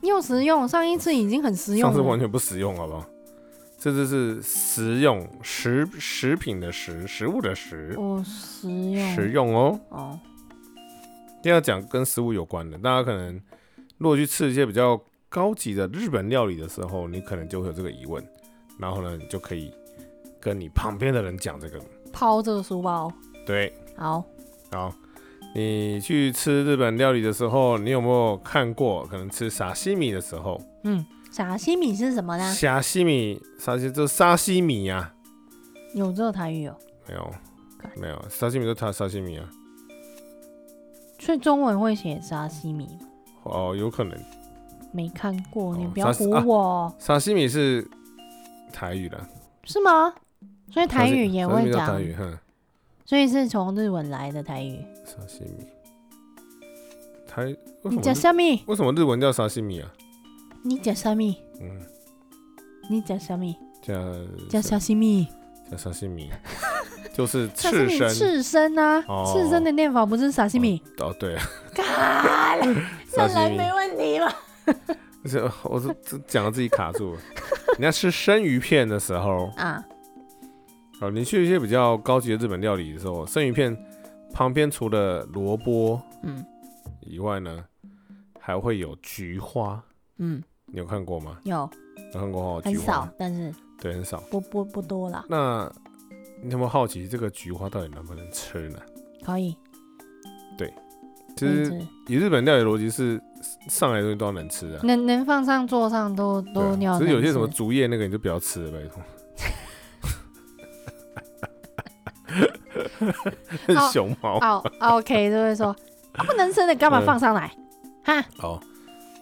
S1: 又实用，上一次已经很实
S2: 上
S1: 用
S2: 次
S1: 了，
S2: 完全不实用，好不好？这次是实用食食品的食，食物的食，
S1: 哦，实用，
S2: 实用哦。
S1: 哦，
S2: 今天要讲跟食物有关的，大家可能如果去吃一些比较高级的日本料理的时候，你可能就会有这个疑问，然后呢，你就可以跟你旁边的人讲这个。
S1: 抛这个书包，
S2: 对，
S1: 好，
S2: 好，你去吃日本料理的时候，你有没有看过？可能吃沙西米的时候，
S1: 嗯，沙西米是什么呢？
S2: 沙西米，沙西就沙西米呀、
S1: 有这个台语哦，
S2: 没有
S1: Okay.，
S2: 没有，沙西米就它沙西米啊。
S1: 所以中文会写沙西米，
S2: 哦，有可能，
S1: 没看过，
S2: 哦
S1: 你不要
S2: 沙西
S1: 唬
S2: 啊
S1: 我，
S2: 沙西米是台语的，
S1: 是吗？所以台
S2: 沙西
S1: 语也
S2: 沙西
S1: 会
S2: 米叫
S1: 讲
S2: 台，语，哼，
S1: 所以是从日文来的台语。
S2: 沙西米，台为
S1: 你
S2: 什
S1: 讲
S2: 么日
S1: 什么？
S2: 为什么日文叫沙西米啊？
S1: 你讲什么？
S2: 嗯，
S1: 你讲什么？
S2: 叫
S1: 叫沙西米，
S2: 叫沙 西米，就是
S1: 沙西
S2: 刺
S1: 米
S2: 身
S1: 刺身啊，
S2: 哦
S1: 刺身的念法不是沙西米。
S2: 哦，对啊，
S1: 嘎，
S2: 沙西米。
S1: 问题吧？
S2: 不是，哦我这这讲到自己卡住了。 你要吃生鱼片的时候，
S1: 啊，
S2: 哦，你去一些比较高级的日本料理的时候，生鱼片旁边除了萝卜
S1: 嗯
S2: 以外呢，还会有菊花。
S1: 嗯，
S2: 你有看过吗？
S1: 有
S2: 有看过哦，
S1: 很
S2: 菊
S1: 少
S2: 花，，
S1: 但是
S2: 对，很少。
S1: 不不不多啦，
S2: 那你有没有好奇这个菊花到底能不能吃呢？
S1: 可以。
S2: 其实以日本料理逻辑是上来的东西都要能吃的、啊，
S1: 能能放上桌上都
S2: 对
S1: 都
S2: 啊
S1: 要。
S2: 只是有些什么竹叶 那个你就不要吃了，拜托。很
S1: 哦
S2: 熊猫。
S1: 哦，OK，就 会说啊，不能吃的干嘛
S2: 嗯
S1: 放上来？哈，
S2: 好，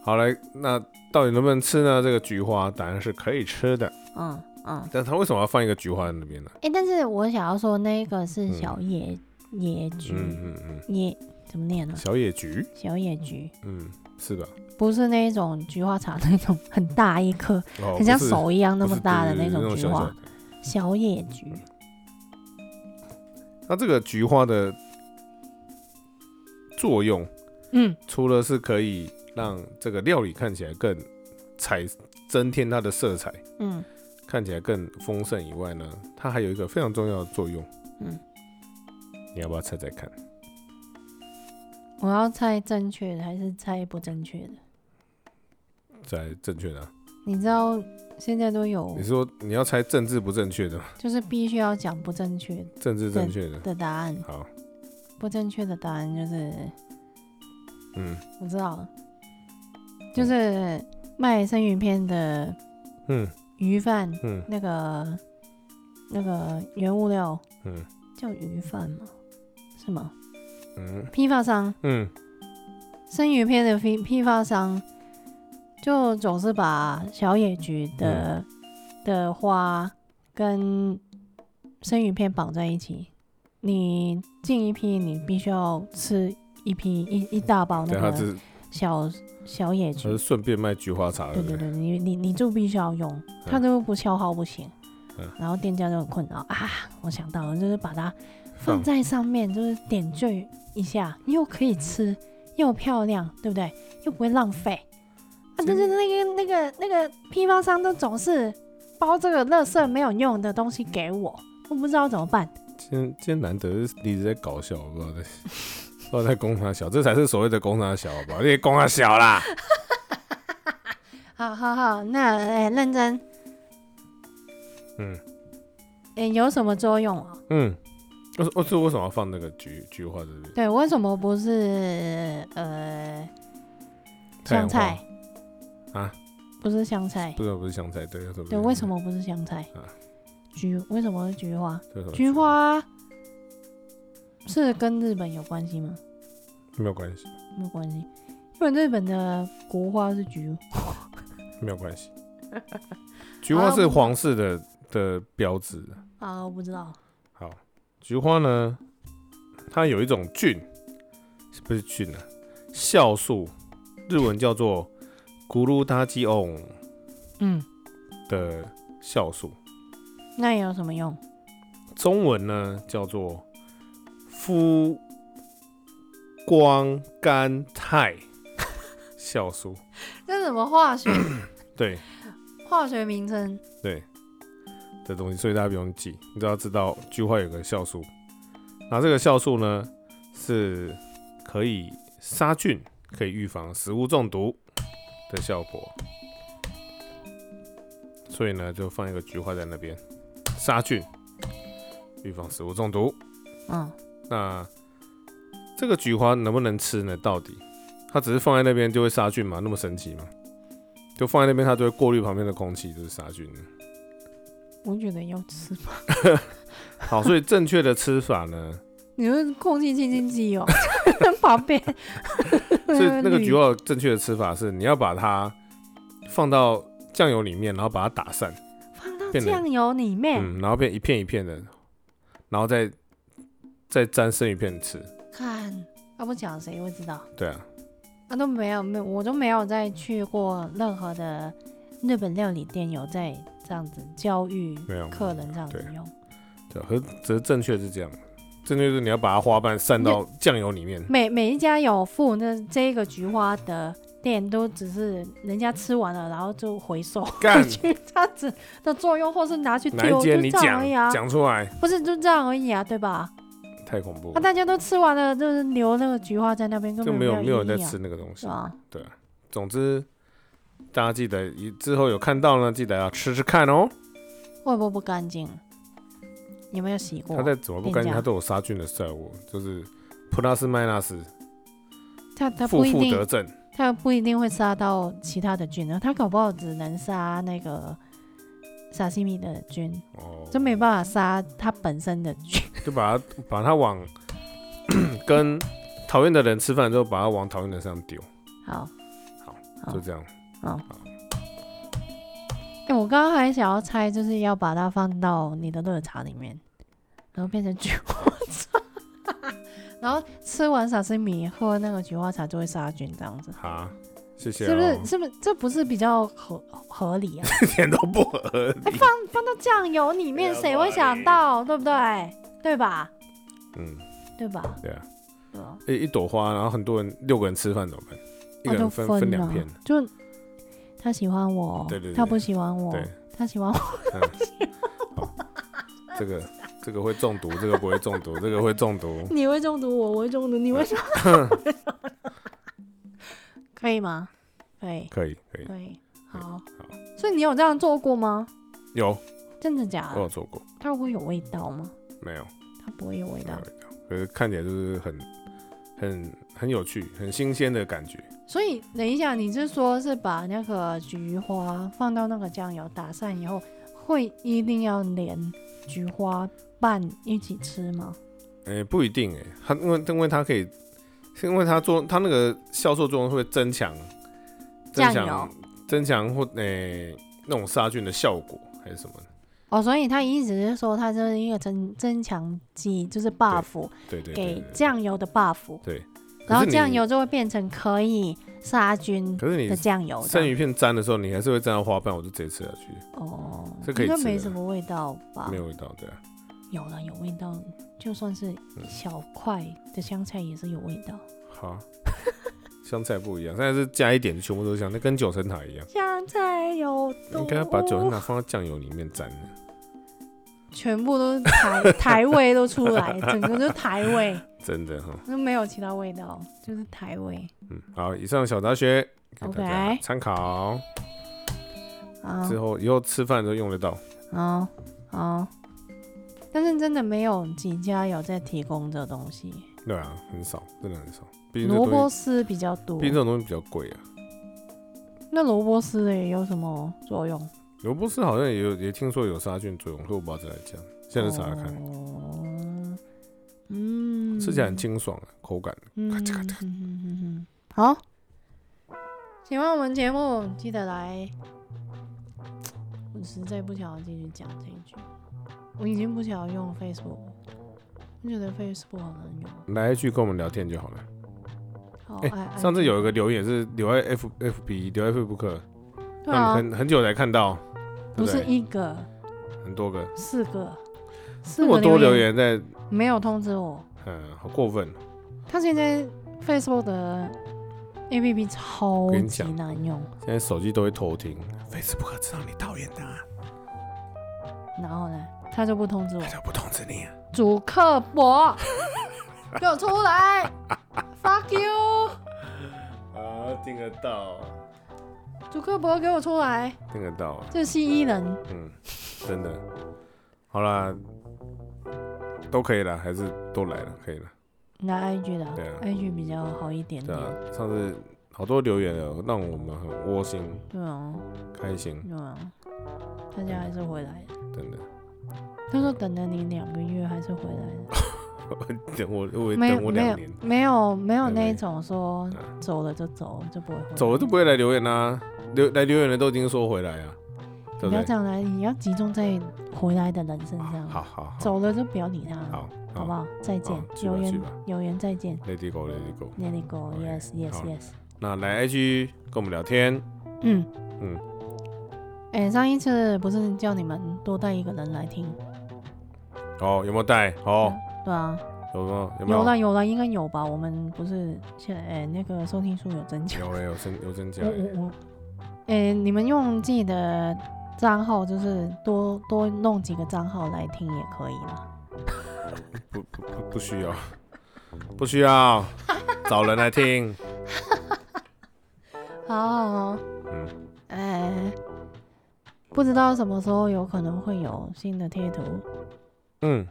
S2: 好来，那到底能不能吃呢？这个菊花当然是可以吃的，
S1: 嗯嗯，
S2: 但它为什么要放一个菊花在那边呢？
S1: 哎、但是我想要说，那个是
S2: 嗯
S1: 小野、野菊，
S2: 嗯嗯
S1: 野怎么念呢啊
S2: 嗯，？小野菊，
S1: 小野菊
S2: 嗯，是吧？
S1: 不是那一种菊花茶那种很大一颗，
S2: 哦，
S1: 很像
S2: 不是
S1: 手一样那
S2: 不
S1: 么
S2: 是
S1: 大的
S2: 对对对
S1: 种菊
S2: 小小
S1: 花
S2: 的。
S1: 小野菊，
S2: 那这个菊花的作用，
S1: 嗯，
S2: 除了是可以让这个料理看起来更彩，增添它的色彩，
S1: 嗯，
S2: 看起来更丰盛以外呢，它还有一个非常重要的作用。
S1: 嗯，
S2: 你要不要猜猜看？
S1: 我要猜正确的还是猜不正确的？
S2: 在正确的啊、
S1: 你知道现在都有
S2: 你，说你要猜政治不正确的吗，
S1: 就是必须要讲不正确
S2: 政治正确的。
S1: 的答案，
S2: 好，
S1: 不正确的答案就是
S2: 嗯
S1: 我知道了，就是卖生鱼片的
S2: 嗯
S1: 鱼贩，
S2: 嗯
S1: 那个那个原物料
S2: 嗯
S1: 叫鱼贩吗？是吗？
S2: 嗯
S1: 批发商
S2: 嗯，
S1: 生鱼片的批批发商，就总是把小野菊
S2: 嗯
S1: 的、的花跟生鱼片绑在一起。你进一批，你必须要吃一批一一大包那
S2: 对，它
S1: 个
S2: 是
S1: 小小野
S2: 它
S1: 菊
S2: 是。顺便卖菊花茶，
S1: 对
S2: 对不
S1: 对
S2: 对？
S1: 对，你你你就必须要用，它都不消耗不行。
S2: 嗯
S1: 然后店家就很困扰啊！我想到了，就是把它放
S2: 放
S1: 在上面，就是点缀一下，又可
S2: 嗯
S1: 以吃，又漂亮，对不对？又不会浪费。啊，但是那个那个那个批发商都总是包这个垃圾没有用的东西给我，我不知道怎么办。
S2: 今天今天难得是你一直在搞笑，我不知道在 不知道在攻他小，这才是所谓的攻他小，好不好？你也攻他小啦，
S1: 好好好，那哎、认真，
S2: 嗯
S1: 哎、有什么作用啊？
S2: 嗯。我说，我说为什么要放那个菊菊花在这边？
S1: 对，为什么不是呃
S2: 太阳
S1: 香菜
S2: 啊？
S1: 不是香菜
S2: 不，是不是香菜，对，
S1: 对，为什？么不是香菜
S2: 啊？
S1: 菊为什么是菊花？
S2: 对为什么
S1: 菊花是跟日本有关系吗？
S2: 没有关系，
S1: 没有关系，因为日本的国花是菊。
S2: 没有关系。菊花是皇室的的标志，
S1: 啊，我不知道。
S2: 好，菊花呢，它有一种菌，不是菌啊，酵素，日文叫做咕噜达基翁
S1: 嗯，
S2: 的酵素，
S1: 那有什么用？
S2: 中文呢叫做夫光甘肽 酵素。
S1: 这什么化 学
S2: 对
S1: 化学名称？
S2: 对的东西，所以大家不用记，你只要知道菊花有个酵素，那这个酵素呢是可以杀菌、可以预防食物中毒的效果，所以呢就放一个菊花在那边，杀菌、预防食物中毒。
S1: 嗯，
S2: 那这个菊花能不能吃呢？到底它只是放在那边就会杀菌吗？那么神奇吗？就放在那边，它就会过滤旁边的空气，就是杀菌的。
S1: 我觉得要吃吧。
S2: 好，所以正确的吃法呢，
S1: 你们空气清新机哦， 旁边。 啊
S2: 所以那个
S1: 绿
S2: 菊花正确的吃法是，你要把它放到酱油里面，然后把它打散，
S1: 放到
S2: 变得
S1: 酱油里面，
S2: 嗯，然后变一片一片的，然后再再沾生鱼片吃。
S1: 看，要不讲谁会知道？
S2: 对啊，
S1: 啊，都没有，没有，我都没有再去过任何的日本料理店有在这样子教育
S2: 没有
S1: 客人这样子
S2: 对
S1: 用，
S2: 对啊，可是只是正确是这样，正确是你要把它花瓣散到酱油里面。
S1: 每每一家有附那这个菊花的店，都只是人家吃完了，然后就回收
S2: 干
S1: 去这样子的作用，或是拿去
S2: 哪
S1: 丢，就
S2: 一间
S1: 这
S2: 你
S1: 样
S2: 讲
S1: 而已啊，
S2: 讲出来？
S1: 不是就这样而已啊，对吧？
S2: 太恐怖
S1: 啊，
S2: 了，
S1: 大家都吃完了，就是留那个菊花在那边，根
S2: 就
S1: 本
S2: 没有没
S1: 有
S2: 有
S1: 意
S2: 人在
S1: 义啊
S2: 吃，那个东
S1: 是
S2: 西。
S1: 吧？
S2: 总之，大家记得以之后有看到呢，记得要吃吃看哦。
S1: 会不会不干净？有没有洗过？
S2: 它再怎么不干净，
S1: 店家
S2: 它都有杀菌的效果，就是普拉斯麦纳斯，
S1: 它它
S2: 负
S1: 不一
S2: 负
S1: 定
S2: 得正。
S1: 啊它不一定会杀到其他的菌呢，它搞不好只能杀那个沙西米的菌，
S2: 哦，
S1: 就没办法杀它本身的菌。
S2: 就把它把它往 跟讨厌的人吃饭之后，把它往讨厌的人身上丢，
S1: 好，好
S2: 就这样。
S1: 哎、我刚刚还想要猜，就是要把它放到你的热茶里面，然后变成菊花茶， 然后吃完沙西米喝那个菊花茶就会杀菌，这样子。
S2: 好，谢谢、哦。
S1: 是不是？是不是？这不是比较合合理啊？
S2: 一点都不合理？
S1: 哎放到酱油里面，
S2: 对啊
S1: 谁会想到？对不对？对吧？
S2: 嗯，
S1: 对吧？哦
S2: 对啊，
S1: 对吧？
S2: 一一朵花，然后很多人六个人吃饭怎么办？一
S1: 那
S2: 个
S1: 就
S2: 人分分两
S1: 啊了
S2: 片，，
S1: 就他喜欢我，
S2: 对对对
S1: 他不喜欢我
S2: 对，
S1: 他喜欢我，
S2: 这个这个会中毒，这个不会中毒，这个会中毒。
S1: 你会中毒我，我会中毒你，为什么？ 可以吗？可以，
S2: 可以可
S1: 可
S2: 以，
S1: 以，
S2: 可以
S1: 好。
S2: 好
S1: 所以你有这样做过吗？
S2: 有
S1: 真的假
S2: 我有
S1: 的？
S2: 做过，
S1: 它会有味道吗？
S2: 没有
S1: 它不会有味
S2: 没有
S1: 道，
S2: 味道，可是看起来就是很很很有趣、很新鲜的感觉。
S1: 所以等一下，你是说是把那个菊花放到那个酱油打散以后，会一定要连菊花瓣一起吃吗？
S2: 哎、不一定哎、它因为因为它可以，是因为它做它那个销售作用会增强增
S1: 酱
S2: 强
S1: 油
S2: 增强或哎、那种杀菌的效果还是什么的？
S1: 哦，所以他意思是说，它这是一个增增强剂，就是 buff
S2: 对对对
S1: 给
S2: 对对
S1: 酱油的 buff，
S2: 对。
S1: 然后
S2: 可是你
S1: 酱油就会变成可以杀菌
S2: 可是你
S1: 的酱油这
S2: 生鱼
S1: 样。
S2: 片沾的时候，你还是会沾到花瓣，我就直接吃下去，
S1: 哦，
S2: 这可以
S1: 应该
S2: 吃
S1: 没
S2: 的
S1: 什么味道吧？
S2: 没有味道，对啊，
S1: 有了有味道，就算是
S2: 嗯
S1: 小块的香菜也是有味道。
S2: 好， 香菜不一样，现在是加一点，全部都是香，那跟九层塔一样，
S1: 香菜有毒，
S2: 应该把九层塔放到酱油里面沾。
S1: 全部都是台 台味都出来，整个就是台味，
S2: 真的哈，
S1: 就没有其他味道，就是台味
S2: 嗯，好，以上小杂学给大家
S1: OK
S2: 参考
S1: 啊
S2: 之后以后吃饭都用得到。
S1: 啊啊！但是真的没有几家有在提供这东西，
S2: 对啊，很少，真的很少。毕竟这
S1: 萝卜
S2: 东西，
S1: 丝比较多
S2: 毕。竟这种东西比较贵啊。
S1: 那萝卜丝的也有什么作用？
S2: 萝卜丝好像也有，也听说有杀菌作用，可我不知道真的假的。现在查查看，
S1: 哦，嗯，
S2: 吃起来很清爽啊，口感。
S1: 嗯
S2: 咔
S1: 嗯
S2: 嚓咔
S1: 嗯
S2: 嚓
S1: 嗯嗯嗯好，喜欢我们节目记得来。我实在不想要继续讲这一句，我已经不想要用 Facebook，我觉得 Facebook 好难用。
S2: 来一句跟我们聊天就好
S1: 嗯
S2: 了。
S1: 好，
S2: 哎、
S1: 哎、
S2: 上次有一个
S1: 哎
S2: 留言是留在 F F B 留在 Facebook，
S1: 对
S2: 让
S1: 啊
S2: 你，很很久才看到，
S1: 不
S2: 对不
S1: 是
S2: 对？
S1: 一个，
S2: 很多个，
S1: 四个，四
S2: 这
S1: 个
S2: 么多留言在，
S1: 没有通知我。
S2: 嗯，好过分。
S1: 他现在 Facebook 的 APP 超
S2: 跟你
S1: 级
S2: 讲
S1: 难用，
S2: 现在手机都会偷 听，Facebook 知道你讨厌他，
S1: 然后呢，他就不通知我
S2: 他。就不通知你、啊。
S1: 主刻薄，给我出来！Fuck you！
S2: 啊，听得到，啊
S1: 主刻薄，给我出来！
S2: 听得到啊，
S1: 这是蜥蜴人，
S2: 嗯，真的。好啦，都可以了，还是都来了，可以了。
S1: 拿 IG 的、
S2: 对啊
S1: i g 比较好一点
S2: 对
S1: 点。
S2: 啊，上次好多留言了，让我们很窝心、
S1: 对啊，
S2: 开心，
S1: 对啊，大家还是回来的。
S2: 真的。
S1: 他说等了你两个月还是回来
S2: 等我，我
S1: 的，没有
S2: 等我
S1: 没
S2: 两
S1: 有
S2: 年，
S1: 没有没有
S2: 对对
S1: 那一种说
S2: 啊
S1: 走了就走了就不会回来，
S2: 走了就不会来留言啦、留来留言的都已经说回来啊，对
S1: 你
S2: 不
S1: 要
S2: 对？
S1: 这样来，你要集中在回来的人身上。
S2: 好好好，
S1: 走了就不要理他，
S2: 好，
S1: 好不好？再见
S2: 好，去吧
S1: 有
S2: 去
S1: 缘
S2: 啊吧
S1: 有缘再见
S2: l e t it go，Let it go。
S1: ，Let it
S2: OK，
S1: go，Yes Yes
S2: 好
S1: Yes。
S2: 那来 IG 跟我们聊天，
S1: 嗯嗯。
S2: 嗯
S1: 哎、上一次不是叫你们多带一个人来听？
S2: 哦，有没有带？哦，
S1: 对啊，
S2: 有没有？有没
S1: 有
S2: 有？
S1: 了有了，应该有吧？我们不是现在、哎那个收听数有增加。
S2: 有哎，有增有增加
S1: 我
S2: 哎，
S1: 我我，哎、你们用自己的账号，就是多多弄几个账号来听也可以啦。
S2: 不不 不
S1: 嗯
S2: 不需要，不需要，找人来听。
S1: 好好好，
S2: 嗯
S1: 哎、不知道什么时候有可能会有新的贴图，
S2: 嗯，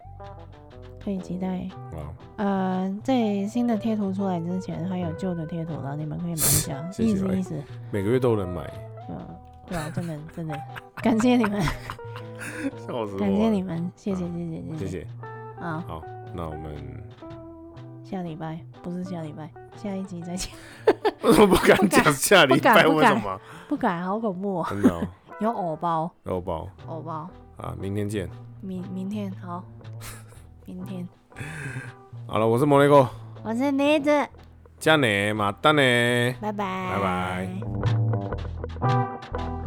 S1: 可以期待。
S2: 好，
S1: 呃，在新的贴图出来之前，还有旧的贴图了，你们可以买一下
S2: ，谢谢
S1: 意思
S2: 哎
S1: 意思。
S2: 每个月都有人买，
S1: 嗯，对啊，真的真的，感谢你们，
S2: 笑死我了！
S1: 感谢你们，谢谢
S2: 啊
S1: 谢谢谢
S2: 谢
S1: 谢
S2: 谢。
S1: 啊！
S2: 好，那我们
S1: 下礼拜不是下礼拜，下一集再见。
S2: 为什么 不
S1: 不
S2: 敢
S1: 敢
S2: 讲下礼
S1: 不敢
S2: 拜？
S1: 不
S2: 为什
S1: 敢
S2: 么？
S1: 不敢，好恐怖、哦！
S2: 真的哦，
S1: 有偶包，
S2: 肉包
S1: 偶包，
S2: 啊，明天见。
S1: 明明天好，明天
S2: 好了，我是莫雷哥，
S1: 我是妮子，
S2: 加你，马丹呢。
S1: 拜拜，
S2: 拜拜。